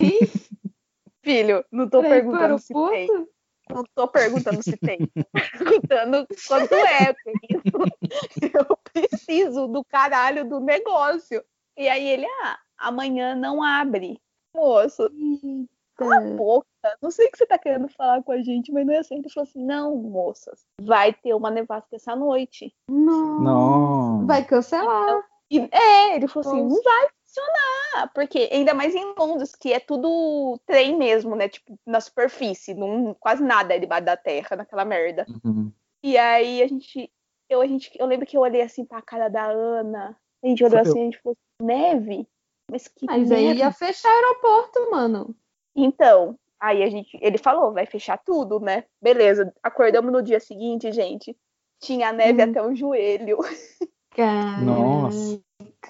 [SPEAKER 4] filho, não tô
[SPEAKER 3] pra ir pro
[SPEAKER 4] perguntando se tem.
[SPEAKER 3] aeroporto?
[SPEAKER 4] Não tô perguntando se tem. Tô perguntando quanto é, porque isso- eu preciso do caralho do negócio. E aí ele, ah, amanhã não abre. Moço,
[SPEAKER 3] Eita.
[SPEAKER 4] boca, não sei o que você tá querendo falar com a gente, mas não é assim. Ele falou assim, não, moças, vai ter uma nevasca essa noite.
[SPEAKER 3] Nossa.
[SPEAKER 5] Não.
[SPEAKER 3] Vai cancelar.
[SPEAKER 4] E, é, ele falou assim, não
[SPEAKER 3] Nossa.
[SPEAKER 4] vai funcionar, porque ainda mais em Londres, que é tudo trem mesmo, né, tipo, na superfície, não, quase nada é debaixo da terra, naquela merda.
[SPEAKER 5] Uhum.
[SPEAKER 4] E aí a gente eu, a gente. eu lembro que eu olhei assim pra cara da Ana. A gente olhou
[SPEAKER 5] Fudeu.
[SPEAKER 4] assim, a gente falou, neve? Mas que
[SPEAKER 3] Mas aí
[SPEAKER 4] neve?
[SPEAKER 3] ia fechar o aeroporto, mano.
[SPEAKER 4] Então, aí a gente. Ele falou, vai fechar tudo, né? Beleza. Acordamos no dia seguinte, gente. Tinha neve
[SPEAKER 3] Hum.
[SPEAKER 4] até o joelho.
[SPEAKER 3] Cara.
[SPEAKER 5] Nossa.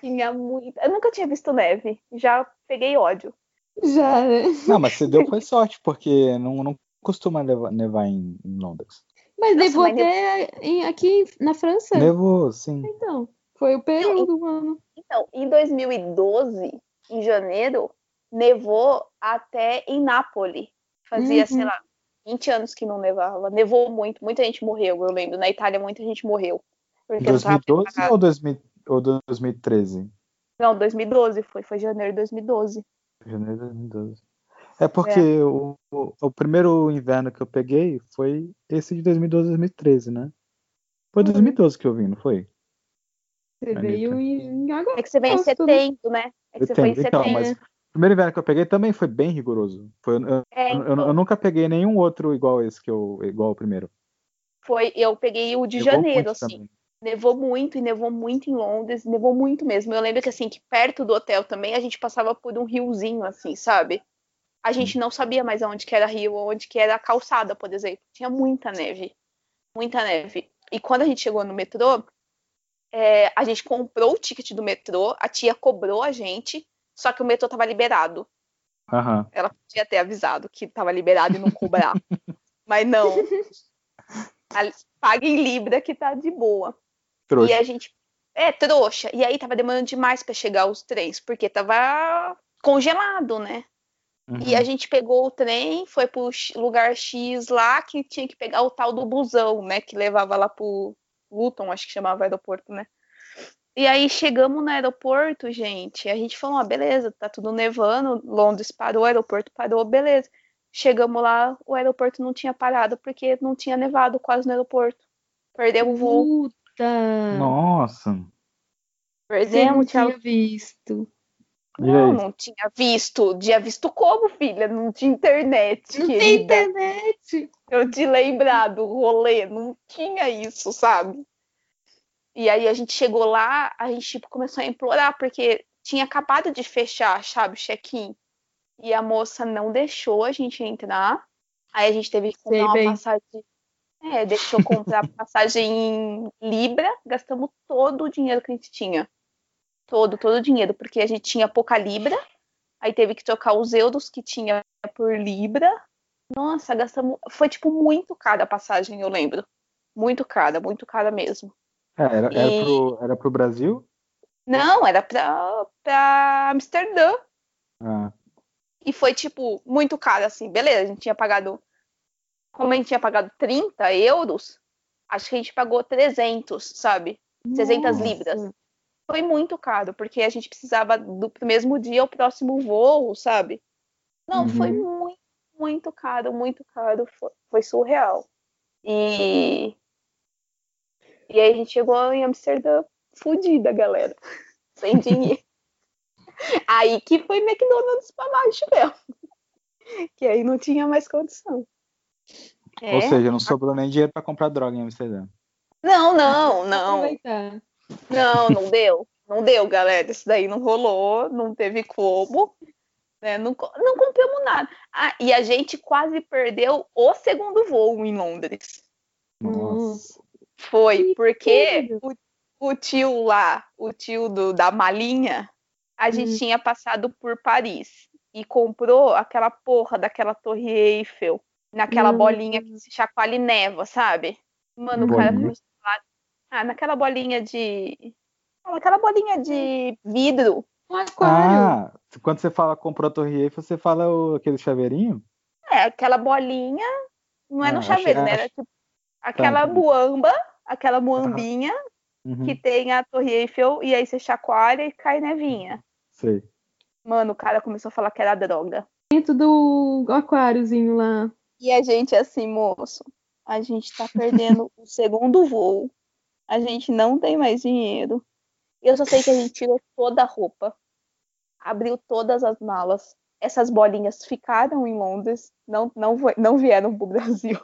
[SPEAKER 4] Tinha muita. Eu nunca tinha visto neve. Já peguei ódio.
[SPEAKER 3] Já, né?
[SPEAKER 5] Não, mas você deu foi sorte, porque não, não costuma neva- nevar em em Londres.
[SPEAKER 3] Mas
[SPEAKER 4] Nossa,
[SPEAKER 3] levou
[SPEAKER 4] mas ne-
[SPEAKER 3] até em- aqui em- na França.
[SPEAKER 5] Nevou, sim.
[SPEAKER 3] Então, foi o período, mano.
[SPEAKER 4] Então, em 2012, em janeiro, nevou até em Nápoles. Fazia,
[SPEAKER 3] Uhum.
[SPEAKER 4] sei lá, 20 anos que não nevava. Nevou muito, muita gente morreu, eu lembro. Na Itália, muita gente morreu. Porque não tava
[SPEAKER 5] 2012
[SPEAKER 4] preparado.
[SPEAKER 5] ou, 2000, ou 2013?
[SPEAKER 4] Não, 2012 foi, foi janeiro de 2012.
[SPEAKER 5] Janeiro de 2012. É porque O, o, o primeiro inverno que eu peguei foi esse de 2012, 2013, né? Foi
[SPEAKER 4] Uhum.
[SPEAKER 5] 2012 que eu vim, não foi?
[SPEAKER 3] Você
[SPEAKER 5] Olha,
[SPEAKER 3] veio
[SPEAKER 5] cara.
[SPEAKER 3] em agosto.
[SPEAKER 4] É que você vem em
[SPEAKER 3] Nossa, tudo.
[SPEAKER 4] setembro, né? É que você foi em
[SPEAKER 5] Setembro, então,
[SPEAKER 4] setembro.
[SPEAKER 5] mas o primeiro inverno que eu peguei também foi bem rigoroso. Foi, eu, eu-
[SPEAKER 4] É,
[SPEAKER 5] eu-
[SPEAKER 4] então,
[SPEAKER 5] eu nunca peguei nenhum outro igual esse que eu igual o primeiro.
[SPEAKER 4] foi, eu peguei o de
[SPEAKER 5] Nevou muito
[SPEAKER 4] janeiro, assim.
[SPEAKER 5] também.
[SPEAKER 4] Nevou muito e nevou muito em Londres, nevou muito mesmo. Eu lembro que assim, que perto do hotel também a gente passava por um riozinho, assim, sabe? A gente não sabia mais onde que era rio, onde que era a calçada, por exemplo. Tinha muita neve. Muita neve. E quando a gente chegou no metrô, é, a gente comprou o ticket do metrô, a tia cobrou a gente, só que o metrô tava liberado.
[SPEAKER 5] Aham.
[SPEAKER 4] Ela podia ter avisado que tava liberado e não cobrar. Mas não. A- Paga em Libra que tá de boa. E
[SPEAKER 5] Trouxe.
[SPEAKER 4] a gente. É, trouxa. E aí tava demorando demais pra chegar os trens, porque tava congelado, né?
[SPEAKER 5] Uhum.
[SPEAKER 4] E a gente pegou o trem, foi pro X- lugar X lá, que tinha que pegar o tal do busão, né? Que levava lá pro, Luton, acho que chamava aeroporto, né? E aí chegamos no aeroporto, gente, e a gente falou, ah, beleza, tá tudo nevando, Londres parou, o aeroporto parou, beleza. Chegamos lá, o aeroporto não tinha parado porque não tinha nevado quase no aeroporto. Perdemos o voo,
[SPEAKER 3] Puta!
[SPEAKER 5] Uhum. Nossa.
[SPEAKER 3] eu não
[SPEAKER 4] perdemos,
[SPEAKER 3] tinha
[SPEAKER 4] um tchau.
[SPEAKER 3] visto.
[SPEAKER 5] E aí?
[SPEAKER 4] Não, não tinha visto. Tinha visto como, filha? Não tinha internet,
[SPEAKER 3] Não
[SPEAKER 4] querida.
[SPEAKER 3] tem internet!
[SPEAKER 4] Eu te lembrar do rolê, não tinha isso, sabe? E aí a gente chegou lá, a gente tipo, começou a implorar, porque tinha acabado de fechar, sabe, o check-in. E a moça não deixou a gente entrar. Aí a gente teve que comprar
[SPEAKER 3] Sei
[SPEAKER 4] uma
[SPEAKER 3] bem.
[SPEAKER 4] passagem. É, deixou comprar passagem em Libra, gastamos todo o dinheiro que a gente tinha. Todo, todo o dinheiro, porque a gente tinha pouca Libra, aí teve que trocar os euros que tinha por Libra. Nossa, gastamos. Foi tipo muito cara a passagem, eu lembro. Muito cara, muito cara mesmo.
[SPEAKER 5] É, era, era
[SPEAKER 4] E-
[SPEAKER 5] pro, era pro Brasil?
[SPEAKER 4] Não, era pra, pra Amsterdã.
[SPEAKER 5] Ah,
[SPEAKER 4] E foi tipo muito cara, assim, beleza. A gente tinha pagado. Como a gente tinha pagado 30 euros, acho que a gente pagou 300, sabe? 600
[SPEAKER 3] Nossa.
[SPEAKER 4] libras. Foi muito caro, porque a gente precisava do pro mesmo dia o próximo voo, sabe? Não,
[SPEAKER 5] Uhum.
[SPEAKER 4] foi muito, muito caro, muito caro. Foi, foi surreal. E. E aí a gente chegou em Amsterdã fudida, galera. Sem dinheiro. aí que foi McDonald's pra baixo mesmo. Que aí não tinha mais condição. É.
[SPEAKER 5] Ou seja, não sobrou nem dinheiro pra comprar droga em Amsterdã.
[SPEAKER 4] Não, não, não.
[SPEAKER 3] é Aproveitar.
[SPEAKER 4] Não, não deu. Não deu, galera. Isso daí não rolou, não teve como. né? Não, co- não compramos nada. Ah, e a gente quase perdeu o segundo voo em Londres. Hum.
[SPEAKER 5] Nossa.
[SPEAKER 4] Foi, porque
[SPEAKER 3] Incrível.
[SPEAKER 4] o, o tio lá, o tio do- da malinha, a gente
[SPEAKER 3] Hum.
[SPEAKER 4] tinha passado por Paris e comprou aquela porra daquela Torre Eiffel, naquela
[SPEAKER 3] Hum.
[SPEAKER 4] bolinha que se chacoalha e neva, sabe? Mano, o cara
[SPEAKER 5] Bolinha?
[SPEAKER 4] começou a falar. Ah, naquela bolinha de. ah, Naquela bolinha de vidro.
[SPEAKER 3] Um aquário.
[SPEAKER 5] Ah, quando você fala comprou a Torre Eiffel, você fala o- aquele chaveirinho?
[SPEAKER 4] É, aquela bolinha, não é
[SPEAKER 5] Ah,
[SPEAKER 4] no
[SPEAKER 5] achei-
[SPEAKER 4] chaveiro, né?
[SPEAKER 5] ach-
[SPEAKER 4] Era tipo aquela
[SPEAKER 5] entendi.
[SPEAKER 4] muamba, aquela muambinha
[SPEAKER 5] tá. Uhum,
[SPEAKER 4] que tem a Torre Eiffel, e aí você chacoalha e cai nevinha.
[SPEAKER 5] sei.
[SPEAKER 4] Mano, o cara começou a falar que era droga.
[SPEAKER 3] Dentro do aquáriozinho lá.
[SPEAKER 4] E a gente assim, moço, a gente tá perdendo o segundo voo. A gente não tem mais dinheiro. Eu só sei que a gente tirou toda a roupa, abriu todas as malas. Essas bolinhas ficaram em Londres, não, não, vo- não vieram pro Brasil.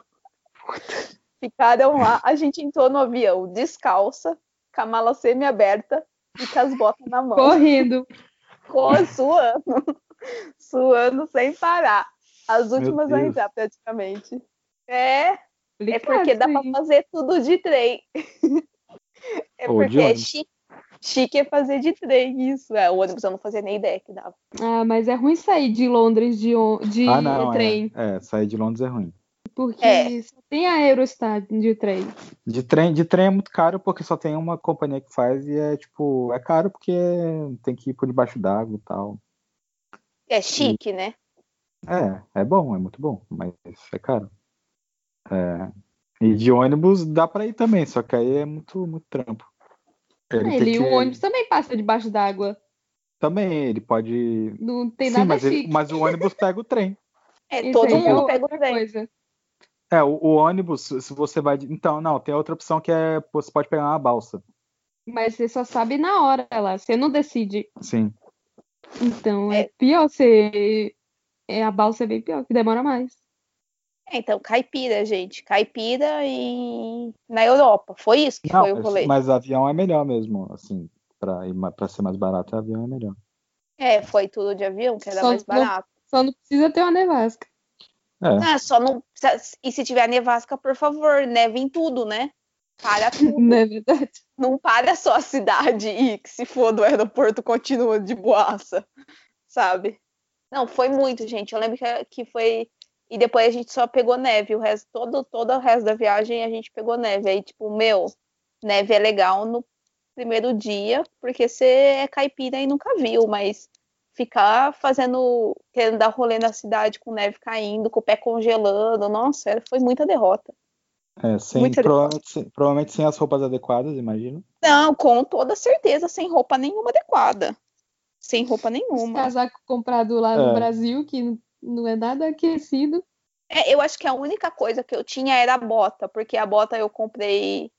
[SPEAKER 4] Ficaram lá. A gente entrou no avião descalça, com a mala semi-aberta e com as botas na mão.
[SPEAKER 3] Correndo.
[SPEAKER 4] ficou suando, suando sem parar. As últimas a
[SPEAKER 5] Deus.
[SPEAKER 4] entrar, praticamente. É, é
[SPEAKER 3] Complicado
[SPEAKER 4] porque dá
[SPEAKER 3] isso
[SPEAKER 4] pra
[SPEAKER 3] aí.
[SPEAKER 4] fazer tudo de trem. É
[SPEAKER 5] Ou de
[SPEAKER 4] porque é
[SPEAKER 5] ônibus.
[SPEAKER 4] chique, chique é fazer de trem isso. É, o ônibus eu não fazia nem ideia que dava.
[SPEAKER 3] Ah, mas é ruim sair de Londres de, on- de
[SPEAKER 5] ah, não.
[SPEAKER 3] trem.
[SPEAKER 5] É, é, sair de Londres é ruim.
[SPEAKER 3] Porque
[SPEAKER 4] É.
[SPEAKER 3] só tem a Eurostar de trem.
[SPEAKER 5] De trem, de trem é muito caro porque só tem uma companhia que faz e é tipo, é caro porque tem que ir por debaixo d'água e tal.
[SPEAKER 4] É chique, né?
[SPEAKER 5] É, é bom, é muito bom, mas é caro. É. E de ônibus dá pra ir também, só que aí é muito, muito trampo. Ele, tem
[SPEAKER 3] É, Ele e
[SPEAKER 5] que-
[SPEAKER 3] o ônibus também passa debaixo d'água.
[SPEAKER 5] Também, ele pode.
[SPEAKER 3] Não tem
[SPEAKER 5] Sim,
[SPEAKER 3] nada
[SPEAKER 5] mas, ele-
[SPEAKER 3] chique.
[SPEAKER 5] mas o ônibus pega o trem.
[SPEAKER 4] É,
[SPEAKER 3] Isso
[SPEAKER 4] todo
[SPEAKER 3] aí é
[SPEAKER 4] mundo
[SPEAKER 3] outra
[SPEAKER 4] pega o trem.
[SPEAKER 3] coisa.
[SPEAKER 5] É, o, o ônibus, se você vai. de- Então, não, tem outra opção que é. pô, Você pode pegar uma balsa.
[SPEAKER 3] Mas você só sabe na hora lá. Você não decide.
[SPEAKER 5] Sim.
[SPEAKER 3] Então é,
[SPEAKER 4] É.
[SPEAKER 3] pior você. É, a balsa é bem pior, que demora mais.
[SPEAKER 4] É, então, caipira, gente. Caipira e... na Europa. Foi isso que
[SPEAKER 5] Não,
[SPEAKER 4] foi o
[SPEAKER 5] mas-
[SPEAKER 4] rolê.
[SPEAKER 5] mas avião é melhor mesmo, assim. Pra, ir ma- pra ser mais barato, avião é melhor.
[SPEAKER 4] É, foi tudo de avião, que era
[SPEAKER 3] Só
[SPEAKER 4] mais
[SPEAKER 3] não-
[SPEAKER 4] barato.
[SPEAKER 3] Só não precisa ter uma nevasca.
[SPEAKER 5] É.
[SPEAKER 4] Ah, só não. precisa- E se tiver nevasca, por favor, neve em tudo, né? Para tudo.
[SPEAKER 3] Não é verdade?
[SPEAKER 4] Não para só a cidade e que se for do aeroporto continua de boaça, sabe? Não, foi muito, gente. Eu lembro que, que foi. E depois a gente só pegou neve. O resto, todo, todo o resto da viagem a gente pegou neve. Aí, tipo, meu, neve é legal no primeiro dia, porque você é caipira e nunca viu, mas ficar fazendo, querendo dar rolê na cidade com neve caindo, com o pé congelando, nossa, era- foi muita derrota.
[SPEAKER 5] É, sem,
[SPEAKER 4] Muito
[SPEAKER 5] provavelmente, sem- provavelmente sem as roupas adequadas, imagino.
[SPEAKER 4] Não, com toda certeza, sem roupa nenhuma adequada. Sem roupa
[SPEAKER 3] Esse
[SPEAKER 4] nenhuma.
[SPEAKER 3] casaco comprado lá
[SPEAKER 5] É.
[SPEAKER 3] no Brasil, que n- não é nada aquecido.
[SPEAKER 4] É, eu acho que a única coisa que eu tinha era a bota, porque a bota eu comprei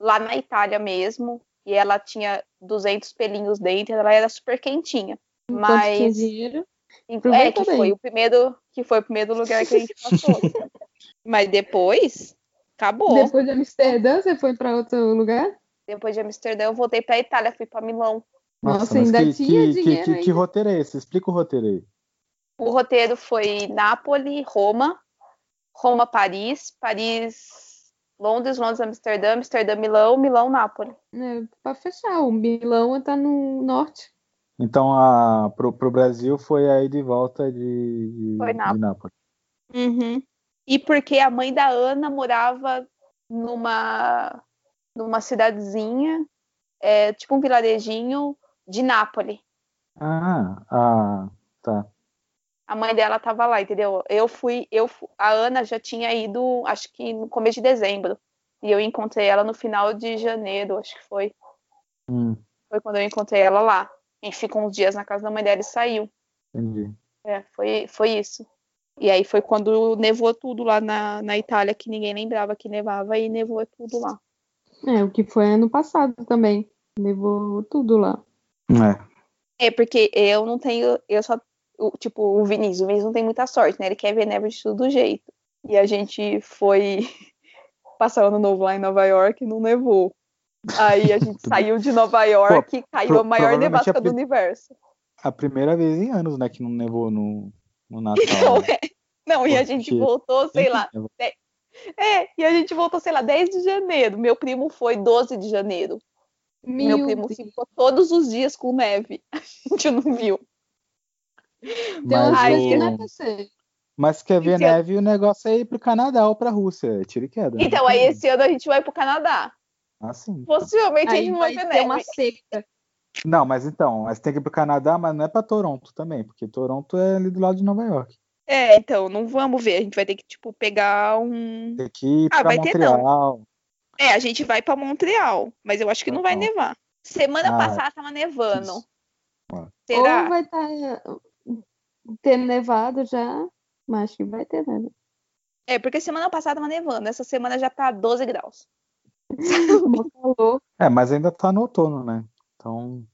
[SPEAKER 4] lá na Itália mesmo, e ela tinha 200 pelinhos dentro, ela era super quentinha.
[SPEAKER 3] enquanto tinha
[SPEAKER 4] Mas
[SPEAKER 3] dinheiro.
[SPEAKER 4] Inclu- É,
[SPEAKER 3] Hum, Aproveita
[SPEAKER 4] que
[SPEAKER 3] bem.
[SPEAKER 4] foi, o primeiro, que foi o primeiro lugar que a gente passou. Mas depois, acabou.
[SPEAKER 3] Depois de Amsterdã, você foi pra outro lugar?
[SPEAKER 4] Depois de Amsterdã, eu voltei pra Itália, fui pra Milão.
[SPEAKER 3] Nossa,
[SPEAKER 5] mas
[SPEAKER 3] ainda
[SPEAKER 5] que,
[SPEAKER 3] tinha
[SPEAKER 5] que,
[SPEAKER 3] dinheiro
[SPEAKER 5] que, que, que
[SPEAKER 3] ainda.
[SPEAKER 5] roteiro é esse? Explica o roteiro aí.
[SPEAKER 4] O roteiro foi Nápoles, Roma, Roma, Paris, Paris, Londres, Londres, Amsterdã, Amsterdã, Milão, Milão, Nápoles.
[SPEAKER 3] É, pra fechar, o Milão tá no norte.
[SPEAKER 5] Então, a, pro, pro Brasil foi aí de volta de, de,
[SPEAKER 4] Foi Nápoles.
[SPEAKER 5] de Nápoles.
[SPEAKER 4] E porque a mãe da Ana morava numa, numa cidadezinha, é, tipo um vilarejinho de Nápoles.
[SPEAKER 5] Ah, ah, tá.
[SPEAKER 4] A mãe dela tava lá, entendeu? Eu fui, eu fu- a Ana já tinha ido, acho que no começo de dezembro. E eu encontrei ela no final de janeiro, acho que foi.
[SPEAKER 5] Hum,
[SPEAKER 4] Foi quando eu encontrei ela lá. A gente ficou uns dias na casa da mãe dela e saiu.
[SPEAKER 5] entendi.
[SPEAKER 4] É, foi, foi isso. E aí foi quando nevou tudo lá na, na Itália, que ninguém lembrava que nevava, e nevou tudo lá.
[SPEAKER 3] É, o que foi ano passado também. Levou tudo lá.
[SPEAKER 5] É,
[SPEAKER 4] É, porque eu não tenho. Eu só. o- Tipo, o Vinícius. O Vinícius não tem muita sorte, né? Ele quer ver neve de todo jeito. E a gente foi passar o ano novo lá em Nova York e não nevou. Aí a gente saiu de Nova York e caiu
[SPEAKER 5] pro-
[SPEAKER 4] a maior
[SPEAKER 5] provavelmente é
[SPEAKER 4] nevasca
[SPEAKER 5] a pri-
[SPEAKER 4] do universo.
[SPEAKER 5] a primeira vez em anos, né, que não nevou no, no
[SPEAKER 4] Então,
[SPEAKER 5] Natal.
[SPEAKER 4] é. Não, e a gente
[SPEAKER 5] Porque-
[SPEAKER 4] voltou, sei
[SPEAKER 5] Sempre
[SPEAKER 4] lá.
[SPEAKER 5] nevou.
[SPEAKER 4] É, e a gente voltou, sei lá, 10 de janeiro. Meu primo foi 12 de janeiro. Meu primo
[SPEAKER 3] Deus.
[SPEAKER 4] ficou todos os dias com neve. A gente não viu.
[SPEAKER 3] Tem umas
[SPEAKER 5] Mas,
[SPEAKER 3] coisas que
[SPEAKER 5] o-
[SPEAKER 3] não é você.
[SPEAKER 5] mas quer ver
[SPEAKER 4] Esse ano-
[SPEAKER 5] neve, o negócio é ir pro Canadá ou pra Rússia. É tiro e queda. né?
[SPEAKER 4] Então, aí esse ano a gente vai pro Canadá.
[SPEAKER 5] Ah, sim.
[SPEAKER 4] Possivelmente É a
[SPEAKER 3] Aí
[SPEAKER 4] gente não
[SPEAKER 3] vai
[SPEAKER 4] vai
[SPEAKER 3] ter
[SPEAKER 4] ver neve.
[SPEAKER 3] uma seca.
[SPEAKER 5] Não, mas então, mas tem que ir pro Canadá, mas não é pra Toronto também, porque Toronto é ali do lado de Nova York.
[SPEAKER 4] É, então, não vamos ver. A gente vai ter que, tipo, pegar um.
[SPEAKER 5] Tem que ir
[SPEAKER 4] Ah,
[SPEAKER 5] pra
[SPEAKER 4] vai ter não.
[SPEAKER 5] Montreal.
[SPEAKER 4] É, a gente vai pra Montreal, mas eu acho que não vai
[SPEAKER 5] Não.
[SPEAKER 4] nevar. Semana
[SPEAKER 5] tá. Ah,
[SPEAKER 4] passada tava nevando.
[SPEAKER 5] isso. Ah.
[SPEAKER 3] Ou
[SPEAKER 4] Será?
[SPEAKER 3] vai estar ter nevado já, mas acho que vai ter neve.
[SPEAKER 4] É, porque semana passada tava nevando. Essa semana já tá 12 graus.
[SPEAKER 3] Mó calor.
[SPEAKER 5] É, mas ainda tá no outono, né? Então,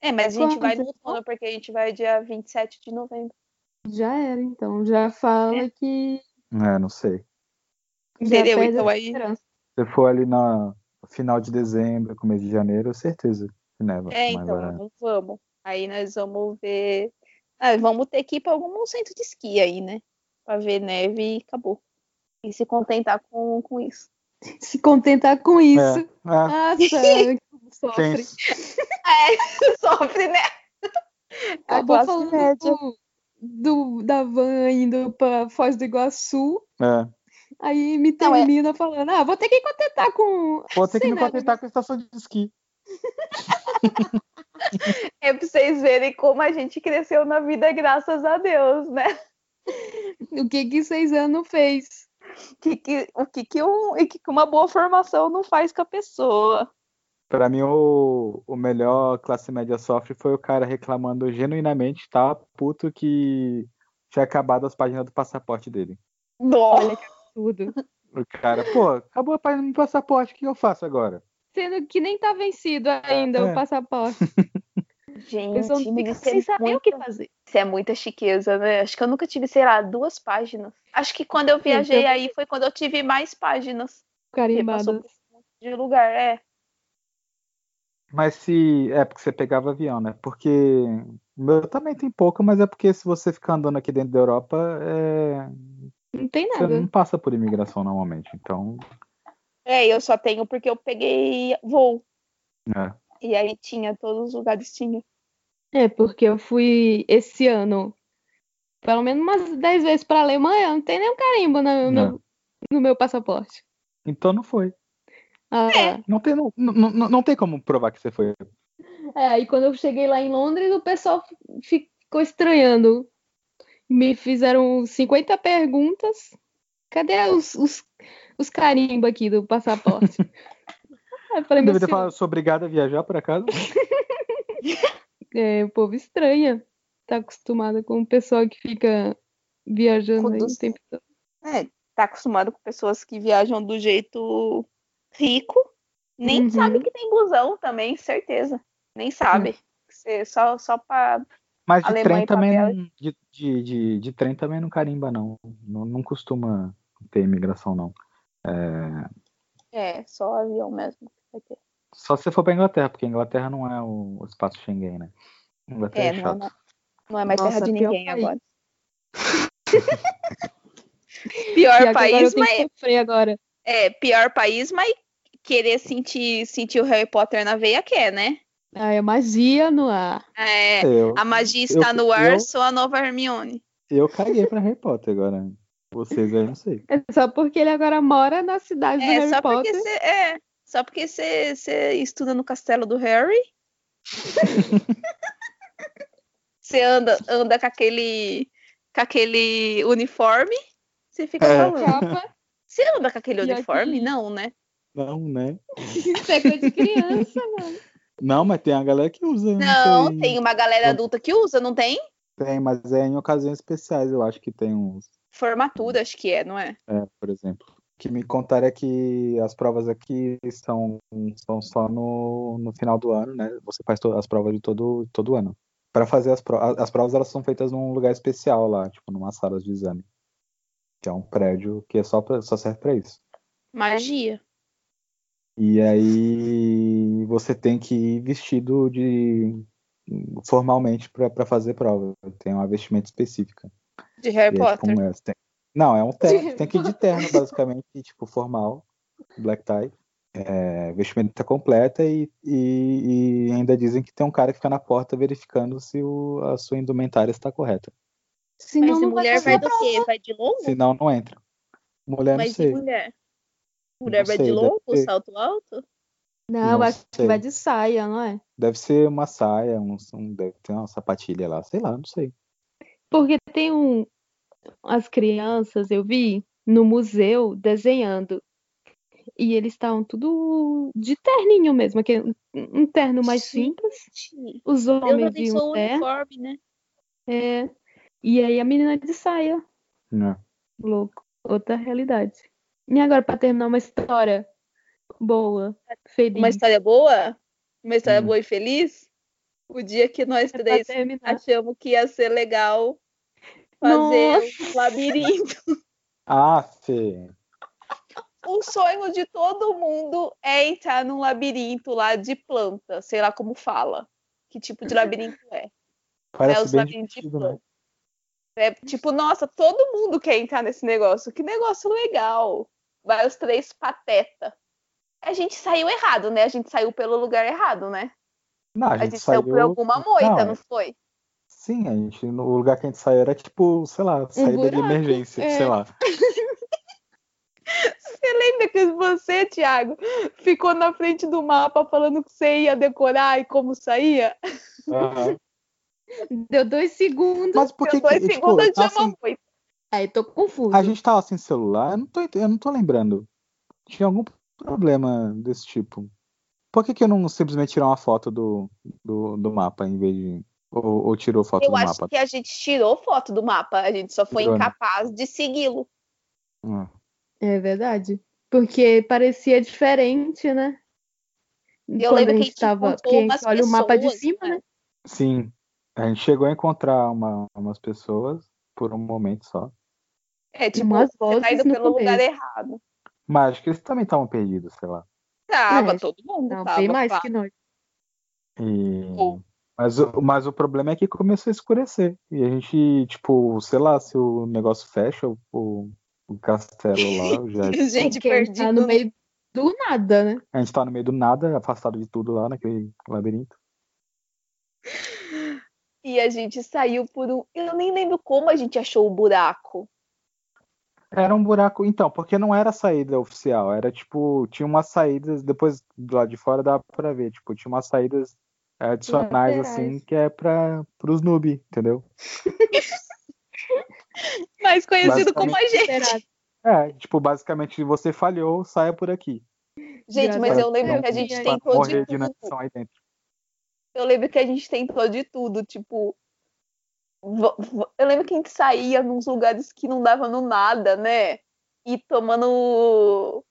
[SPEAKER 4] É, mas a gente
[SPEAKER 3] Quando?
[SPEAKER 4] vai no outono, porque a gente vai dia 27 de novembro.
[SPEAKER 3] Já era, então. Já fala que
[SPEAKER 5] é, não sei.
[SPEAKER 3] já
[SPEAKER 4] Entendeu?
[SPEAKER 3] perde
[SPEAKER 4] Então
[SPEAKER 3] a
[SPEAKER 4] aí.
[SPEAKER 3] esperança.
[SPEAKER 5] Se for ali na final de dezembro, começo de janeiro, certeza que neva.
[SPEAKER 4] É,
[SPEAKER 5] mas
[SPEAKER 4] então,
[SPEAKER 5] vai-
[SPEAKER 4] não vamos. Aí nós vamos ver. Ah, vamos ter que ir pra algum centro de esqui aí, né? Pra ver neve e acabou. E se contentar com, com isso.
[SPEAKER 3] Se contentar com isso.
[SPEAKER 5] Ah,
[SPEAKER 3] Nossa, como
[SPEAKER 5] é, tem-
[SPEAKER 3] sofre.
[SPEAKER 4] sofre, né? A
[SPEAKER 3] Acabou
[SPEAKER 4] classe
[SPEAKER 3] falando
[SPEAKER 4] média.
[SPEAKER 3] do- do- da van indo pra Foz do Iguaçu,
[SPEAKER 5] é.
[SPEAKER 3] aí me
[SPEAKER 4] Não, é-
[SPEAKER 3] termina falando, ah, vou ter que contentar com...
[SPEAKER 5] Vou ter que
[SPEAKER 3] Sem
[SPEAKER 5] me
[SPEAKER 4] né?
[SPEAKER 3] neve.
[SPEAKER 5] contentar com a estação de esqui.
[SPEAKER 4] É pra vocês verem como a gente cresceu na vida, graças a Deus, né?
[SPEAKER 3] O que que seis anos fez?
[SPEAKER 4] Que, que, o que, que, um, e que que uma boa formação não faz com a pessoa.
[SPEAKER 5] Pra mim, o, o melhor classe média sofre foi o cara reclamando genuinamente, tá? Puto que tinha acabado as páginas do passaporte dele.
[SPEAKER 4] Olha,
[SPEAKER 3] Tudo.
[SPEAKER 5] O cara, pô, acabou a página do passaporte, o que eu faço agora?
[SPEAKER 3] Sendo que nem tá vencido ainda o
[SPEAKER 5] É.
[SPEAKER 3] passaporte.
[SPEAKER 4] gente,
[SPEAKER 3] Eles vão ficar
[SPEAKER 4] isso é
[SPEAKER 3] sem saber o que
[SPEAKER 4] muita-
[SPEAKER 3] fazer.
[SPEAKER 4] isso é muita chiqueza, né? Acho que eu nunca tive, sei lá, duas páginas. Acho que quando eu viajei
[SPEAKER 3] eu-
[SPEAKER 4] aí foi quando eu tive mais páginas. Porque passou
[SPEAKER 3] Carimbado.
[SPEAKER 4] por um monte de lugar, é.
[SPEAKER 5] Mas se. É porque você pegava avião, né? Porque. O meu também tem pouco, mas é porque se você ficar andando aqui dentro da Europa, é,
[SPEAKER 3] Não tem
[SPEAKER 5] você não
[SPEAKER 3] nada.
[SPEAKER 5] passa por imigração normalmente. Então.
[SPEAKER 4] É, eu só tenho porque eu peguei voo.
[SPEAKER 5] É.
[SPEAKER 4] E aí tinha, todos os lugares tinha.
[SPEAKER 3] É, porque eu fui esse ano pelo menos umas dez vezes pra Alemanha, não tem nenhum carimbo no, no, no meu passaporte.
[SPEAKER 5] Então não foi.
[SPEAKER 3] Ah,
[SPEAKER 5] Não tem, não, não, não- não tem como provar que você foi.
[SPEAKER 3] É, aí quando eu cheguei lá em Londres, o pessoal fi- ficou estranhando. Me fizeram 50 perguntas. Cadê os, os, os carimbos aqui do passaporte. Aí eu falei, meu
[SPEAKER 5] Deve ter
[SPEAKER 3] senhor,
[SPEAKER 5] falado, sou obrigada a viajar por acaso?
[SPEAKER 3] é, o povo estranha. Tá acostumado com o pessoal que fica viajando aí o
[SPEAKER 4] Conduz-
[SPEAKER 3] tempo todo.
[SPEAKER 4] É, tá acostumado com pessoas que viajam do jeito rico, nem
[SPEAKER 3] Uhum.
[SPEAKER 4] sabe que tem busão também, certeza. Nem sabe. Cê- Só, só pra.
[SPEAKER 5] Mas de
[SPEAKER 4] Alemanha
[SPEAKER 5] trem
[SPEAKER 4] e
[SPEAKER 5] também
[SPEAKER 4] papel.
[SPEAKER 5] não, de, de, de, de trem também não carimba, não. Não, não costuma ter imigração, não.
[SPEAKER 4] É, só avião mesmo. que vai ter.
[SPEAKER 5] Só se você for pra Inglaterra, porque a Inglaterra não é o, o espaço Schengen, né? A Inglaterra
[SPEAKER 4] É,
[SPEAKER 5] é,
[SPEAKER 4] não é
[SPEAKER 5] chato.
[SPEAKER 4] nada. Não é mais
[SPEAKER 3] Nossa,
[SPEAKER 4] terra de
[SPEAKER 3] pior
[SPEAKER 4] ninguém
[SPEAKER 3] país.
[SPEAKER 4] agora. pior
[SPEAKER 3] E agora eu
[SPEAKER 4] país,
[SPEAKER 3] tenho
[SPEAKER 4] mas.
[SPEAKER 3] que sofrer agora.
[SPEAKER 4] É, pior país, mas querer sentir, sentir o Harry Potter na veia quer, né?
[SPEAKER 3] Ah, é magia no ar.
[SPEAKER 4] É,
[SPEAKER 5] Eu,
[SPEAKER 4] a magia está
[SPEAKER 5] eu-
[SPEAKER 4] no ar,
[SPEAKER 5] eu-
[SPEAKER 4] sou a nova Hermione.
[SPEAKER 5] eu caguei pra Harry Potter agora. Vocês aí, não sei.
[SPEAKER 3] É só porque ele agora mora na cidade do
[SPEAKER 4] É,
[SPEAKER 3] Harry
[SPEAKER 4] só porque
[SPEAKER 3] Potter.
[SPEAKER 4] você é, só porque você você estuda no castelo do Harry. Você anda, anda com aquele com aquele uniforme, você fica
[SPEAKER 5] É.
[SPEAKER 4] falando.
[SPEAKER 3] Capa,
[SPEAKER 4] Você anda com aquele
[SPEAKER 3] Pior que-
[SPEAKER 4] uniforme? Não, né?
[SPEAKER 5] Não, né?
[SPEAKER 3] isso é coisa de criança, mano.
[SPEAKER 5] Não, mas tem a galera que usa.
[SPEAKER 4] Não,
[SPEAKER 5] sei.
[SPEAKER 4] tem uma galera
[SPEAKER 5] Não.
[SPEAKER 4] adulta que usa, não tem?
[SPEAKER 5] Tem, mas é em ocasiões especiais, eu acho que tem uns.
[SPEAKER 4] Formatura, acho que é, não é?
[SPEAKER 5] É, por exemplo. O que me contaram é que as provas aqui são, são só no, no final do ano, né? Você faz to- as provas de todo, todo ano. Para fazer as provas, as provas elas são feitas num lugar especial lá, tipo numa sala de exame. Que é um prédio que é só, pra, só serve para isso.
[SPEAKER 4] Magia.
[SPEAKER 5] E aí você tem que ir vestido de formalmente para fazer prova. Tem uma vestimenta específica.
[SPEAKER 4] De Harry
[SPEAKER 5] E aí, tipo,
[SPEAKER 4] Potter.
[SPEAKER 5] um- tem- Não, é um terno. Tem que ir de terno, basicamente, tipo, formal, black tie. É, vestimenta completa e, e- e ainda dizem que tem um cara que fica na porta verificando se o- a sua indumentária está correta.
[SPEAKER 3] Senão
[SPEAKER 4] Mas
[SPEAKER 3] não
[SPEAKER 4] mulher
[SPEAKER 3] vai
[SPEAKER 4] vai, do
[SPEAKER 3] fazer
[SPEAKER 4] quê? Vai de longo?
[SPEAKER 5] Senão não entra. Mulher, não
[SPEAKER 4] Mas
[SPEAKER 5] sei.
[SPEAKER 4] e mulher? Mulher vai
[SPEAKER 5] sei,
[SPEAKER 4] de
[SPEAKER 5] deve
[SPEAKER 4] longo,
[SPEAKER 5] ter.
[SPEAKER 4] salto alto?
[SPEAKER 3] Não,
[SPEAKER 5] Não
[SPEAKER 3] acho que
[SPEAKER 5] sei.
[SPEAKER 3] vai de saia, não é?
[SPEAKER 5] Deve ser uma saia, um, um- deve ter uma sapatilha lá, sei lá, não sei.
[SPEAKER 3] Porque tem um. As crianças, eu vi, no museu desenhando. E eles estavam tudo de terninho mesmo, aquele, um terno mais
[SPEAKER 4] Gente.
[SPEAKER 3] simples. Os homens de um terno.
[SPEAKER 4] uniforme, né?
[SPEAKER 3] é. E aí a menina de saia.
[SPEAKER 5] né?
[SPEAKER 3] Louco. Outra realidade. E agora, pra terminar uma história boa, feliz.
[SPEAKER 4] Uma história boa? Uma história
[SPEAKER 5] Hum.
[SPEAKER 4] boa e feliz? O dia que nós
[SPEAKER 3] pra
[SPEAKER 4] três
[SPEAKER 3] terminar.
[SPEAKER 4] achamos que ia ser legal fazer um
[SPEAKER 3] Nossa.
[SPEAKER 4] labirinto.
[SPEAKER 5] Ah, Fê.
[SPEAKER 4] O sonho de todo mundo é entrar num labirinto lá de planta, sei lá como fala. Que tipo de labirinto é? é
[SPEAKER 5] Parece
[SPEAKER 4] os
[SPEAKER 5] bem
[SPEAKER 4] labirintos de
[SPEAKER 5] divertido, né?
[SPEAKER 4] planta. É tipo, nossa, todo mundo quer entrar nesse negócio. Que negócio legal. Vai os três pateta. A gente saiu errado, né? A gente saiu pelo lugar errado, né?
[SPEAKER 5] Não,
[SPEAKER 4] A gente, saiu por alguma moita, não,
[SPEAKER 5] Não,
[SPEAKER 4] foi?
[SPEAKER 5] Sim, a gente, no- o lugar que a gente saiu era tipo, sei lá, saída de
[SPEAKER 3] buraco,
[SPEAKER 5] emergência,
[SPEAKER 3] é.
[SPEAKER 5] sei lá.
[SPEAKER 4] Você lembra que você, Thiago, ficou na frente do mapa falando que você ia decorar e como saía?
[SPEAKER 5] Aham.
[SPEAKER 3] Deu dois segundos.
[SPEAKER 5] Mas por
[SPEAKER 4] Porque
[SPEAKER 5] que que,
[SPEAKER 4] dois
[SPEAKER 5] tipo,
[SPEAKER 4] segundos
[SPEAKER 5] tá
[SPEAKER 4] de
[SPEAKER 5] assim,
[SPEAKER 4] uma moita.
[SPEAKER 3] Aí tô confuso.
[SPEAKER 5] a gente tava sem celular? Eu não tô, ent- eu não tô lembrando. Tinha algum problema desse tipo. Por que que eu não simplesmente tirar uma foto do, do, do mapa em vez de... Ou, ou tirou foto
[SPEAKER 4] Eu
[SPEAKER 5] do
[SPEAKER 4] acho
[SPEAKER 5] mapa?
[SPEAKER 4] que a gente tirou foto do mapa, a gente só foi
[SPEAKER 5] Tirou, né?
[SPEAKER 4] incapaz de segui-lo.
[SPEAKER 5] Hum.
[SPEAKER 3] É verdade. Porque parecia diferente, né?
[SPEAKER 4] Eu
[SPEAKER 3] Quando
[SPEAKER 4] lembro
[SPEAKER 3] a
[SPEAKER 4] que a
[SPEAKER 3] gente
[SPEAKER 4] gente
[SPEAKER 3] tava.
[SPEAKER 4] encontrou
[SPEAKER 3] Porque a
[SPEAKER 4] umas
[SPEAKER 3] gente olha o mapa de
[SPEAKER 4] pessoas,
[SPEAKER 3] cima,
[SPEAKER 4] né?
[SPEAKER 3] né?
[SPEAKER 5] Sim, a gente chegou a encontrar uma- umas pessoas por um momento só.
[SPEAKER 4] É, tipo,
[SPEAKER 3] Umas
[SPEAKER 4] você tá
[SPEAKER 3] vozes
[SPEAKER 4] indo
[SPEAKER 3] no
[SPEAKER 4] pelo lugar
[SPEAKER 3] começo.
[SPEAKER 4] errado.
[SPEAKER 5] Mas acho que eles também estavam perdidos, sei lá.
[SPEAKER 4] Tava,
[SPEAKER 3] É,
[SPEAKER 4] todo mundo
[SPEAKER 3] Não,
[SPEAKER 4] tava.
[SPEAKER 3] tem mais
[SPEAKER 4] pá.
[SPEAKER 3] que nós.
[SPEAKER 5] E-
[SPEAKER 4] Ou-
[SPEAKER 5] Mas, o- mas o problema é que começou a escurecer. E a gente, tipo, sei lá, se o negócio fecha, o, o- o castelo lá, o jardim,
[SPEAKER 4] Gente
[SPEAKER 3] Porque a gente tá
[SPEAKER 4] perdida.
[SPEAKER 3] no meio do nada, né?
[SPEAKER 5] a gente tá no meio do nada, afastado de tudo lá naquele labirinto.
[SPEAKER 4] E a gente saiu por um. Eu nem lembro como a gente achou o buraco.
[SPEAKER 5] Era um buraco, então, porque não era a saída oficial, era tipo, tinha umas saídas, depois do lado de fora dá pra ver, tipo, tinha umas saídas é, adicionais,
[SPEAKER 3] Laterais.
[SPEAKER 5] assim, que é pra, pros noob, entendeu?
[SPEAKER 4] Mas conhecido como a gente.
[SPEAKER 3] Esperado.
[SPEAKER 5] É, tipo, basicamente, você falhou, saia por aqui.
[SPEAKER 4] Gente, mas eu
[SPEAKER 5] Pra
[SPEAKER 4] lembro
[SPEAKER 5] não-
[SPEAKER 4] que a gente
[SPEAKER 5] pra
[SPEAKER 4] tentou de
[SPEAKER 5] morrer de
[SPEAKER 4] tudo.
[SPEAKER 5] inanição aí dentro.
[SPEAKER 4] Eu lembro que a gente tentou de tudo, tipo. v- v- Eu lembro que a gente saía nos lugares que não dava no nada, né? E tomando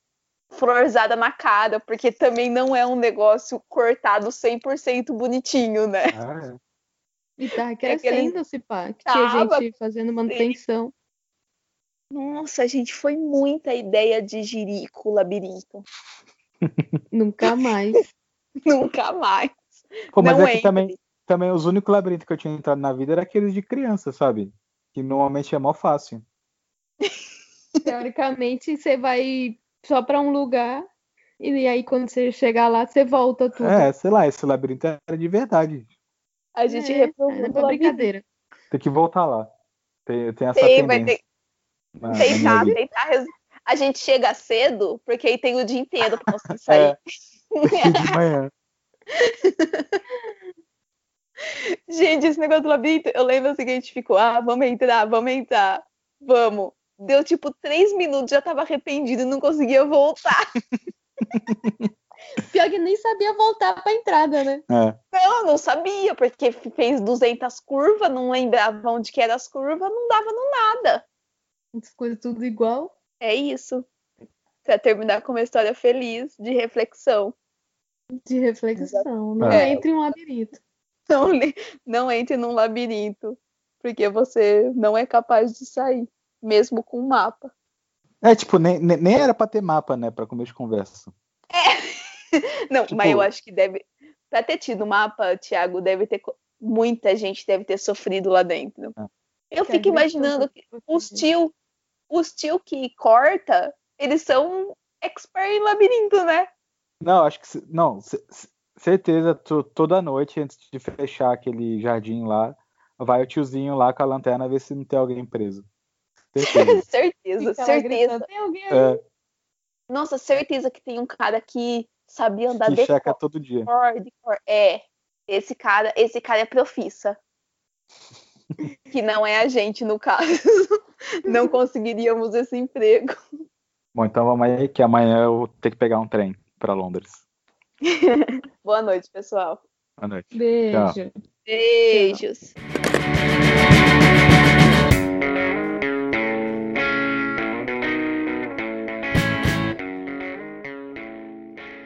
[SPEAKER 4] florzada na cara, porque também não é um negócio cortado 100% bonitinho, né?
[SPEAKER 5] Ah, é.
[SPEAKER 3] E tá
[SPEAKER 4] aquele-
[SPEAKER 3] crescendo esse pá, que
[SPEAKER 4] Tava.
[SPEAKER 3] tinha gente fazendo manutenção.
[SPEAKER 4] Nossa, gente, foi muita ideia de jirico labirinto.
[SPEAKER 3] Nunca mais.
[SPEAKER 4] Nunca mais.
[SPEAKER 5] Pô, mas
[SPEAKER 4] não
[SPEAKER 5] é que
[SPEAKER 4] entre.
[SPEAKER 5] também, também os únicos labirintos que eu tinha entrado na vida era aqueles de criança, sabe? Que normalmente é mó fácil.
[SPEAKER 3] Teoricamente, você vai só pra um lugar e aí quando você chegar lá, você volta tudo.
[SPEAKER 5] É, sei lá, esse labirinto era de verdade.
[SPEAKER 4] A gente
[SPEAKER 3] É,
[SPEAKER 4] reprovou
[SPEAKER 3] Era
[SPEAKER 4] o
[SPEAKER 3] pra
[SPEAKER 4] labirinto.
[SPEAKER 3] brincadeira.
[SPEAKER 5] Tem que voltar lá. Tem, tem essa
[SPEAKER 4] Tem, vai
[SPEAKER 5] tendência.
[SPEAKER 4] ter
[SPEAKER 5] na- na minha
[SPEAKER 4] tentar,
[SPEAKER 5] vida.
[SPEAKER 4] tentar. res- A gente chega cedo, porque aí tem o dia inteiro pra conseguir sair.
[SPEAKER 5] de manhã.
[SPEAKER 4] Gente, esse negócio do labirinto, eu lembro o seguinte, ficou, ah, vamos entrar, vamos entrar, vamos. Deu tipo três minutos, já tava arrependido, não conseguia voltar.
[SPEAKER 3] Pior que nem sabia voltar pra entrada, né?
[SPEAKER 5] É.
[SPEAKER 4] Não, não sabia, porque f- fez 200 curvas, não lembrava onde que eram as curvas, não dava no nada.
[SPEAKER 3] As coisas tudo igual.
[SPEAKER 4] É isso. Pra terminar com uma história feliz, de reflexão.
[SPEAKER 3] De reflexão. Não
[SPEAKER 5] É.
[SPEAKER 3] entre um labirinto.
[SPEAKER 4] Não, le- não entre num labirinto, porque você não é capaz de sair, mesmo com o mapa.
[SPEAKER 5] É, tipo, nem, nem nem era pra ter mapa, né? Pra comer de conversa.
[SPEAKER 4] Não,
[SPEAKER 5] Tipo-
[SPEAKER 4] mas eu acho que deve. Pra ter tido o mapa, Thiago, deve ter. co- Muita gente deve ter sofrido lá dentro.
[SPEAKER 5] Ah.
[SPEAKER 4] Eu
[SPEAKER 3] é
[SPEAKER 4] fico imaginando que os tio, os tio que corta, eles são expert em labirinto, né?
[SPEAKER 5] Não, acho que. se- Não, c- c- certeza, to- toda noite, antes de fechar aquele jardim lá, vai o tiozinho lá com a lanterna ver se não tem alguém preso. Certeza.
[SPEAKER 4] Certeza, certeza.
[SPEAKER 3] Tem alguém aí?
[SPEAKER 5] É,
[SPEAKER 4] Nossa, certeza que tem um cara que sabia andar
[SPEAKER 5] que
[SPEAKER 4] de
[SPEAKER 5] checa todo dia.
[SPEAKER 4] cor, de cor. É, esse cara, esse cara é profissa. que não é a gente, no caso. não conseguiríamos esse emprego.
[SPEAKER 5] Bom, então vamos aí, que amanhã eu vou ter que pegar um trem pra Londres.
[SPEAKER 4] Boa noite, pessoal.
[SPEAKER 5] É. Boa noite.
[SPEAKER 3] Beijo.
[SPEAKER 5] Tchau.
[SPEAKER 4] Beijos.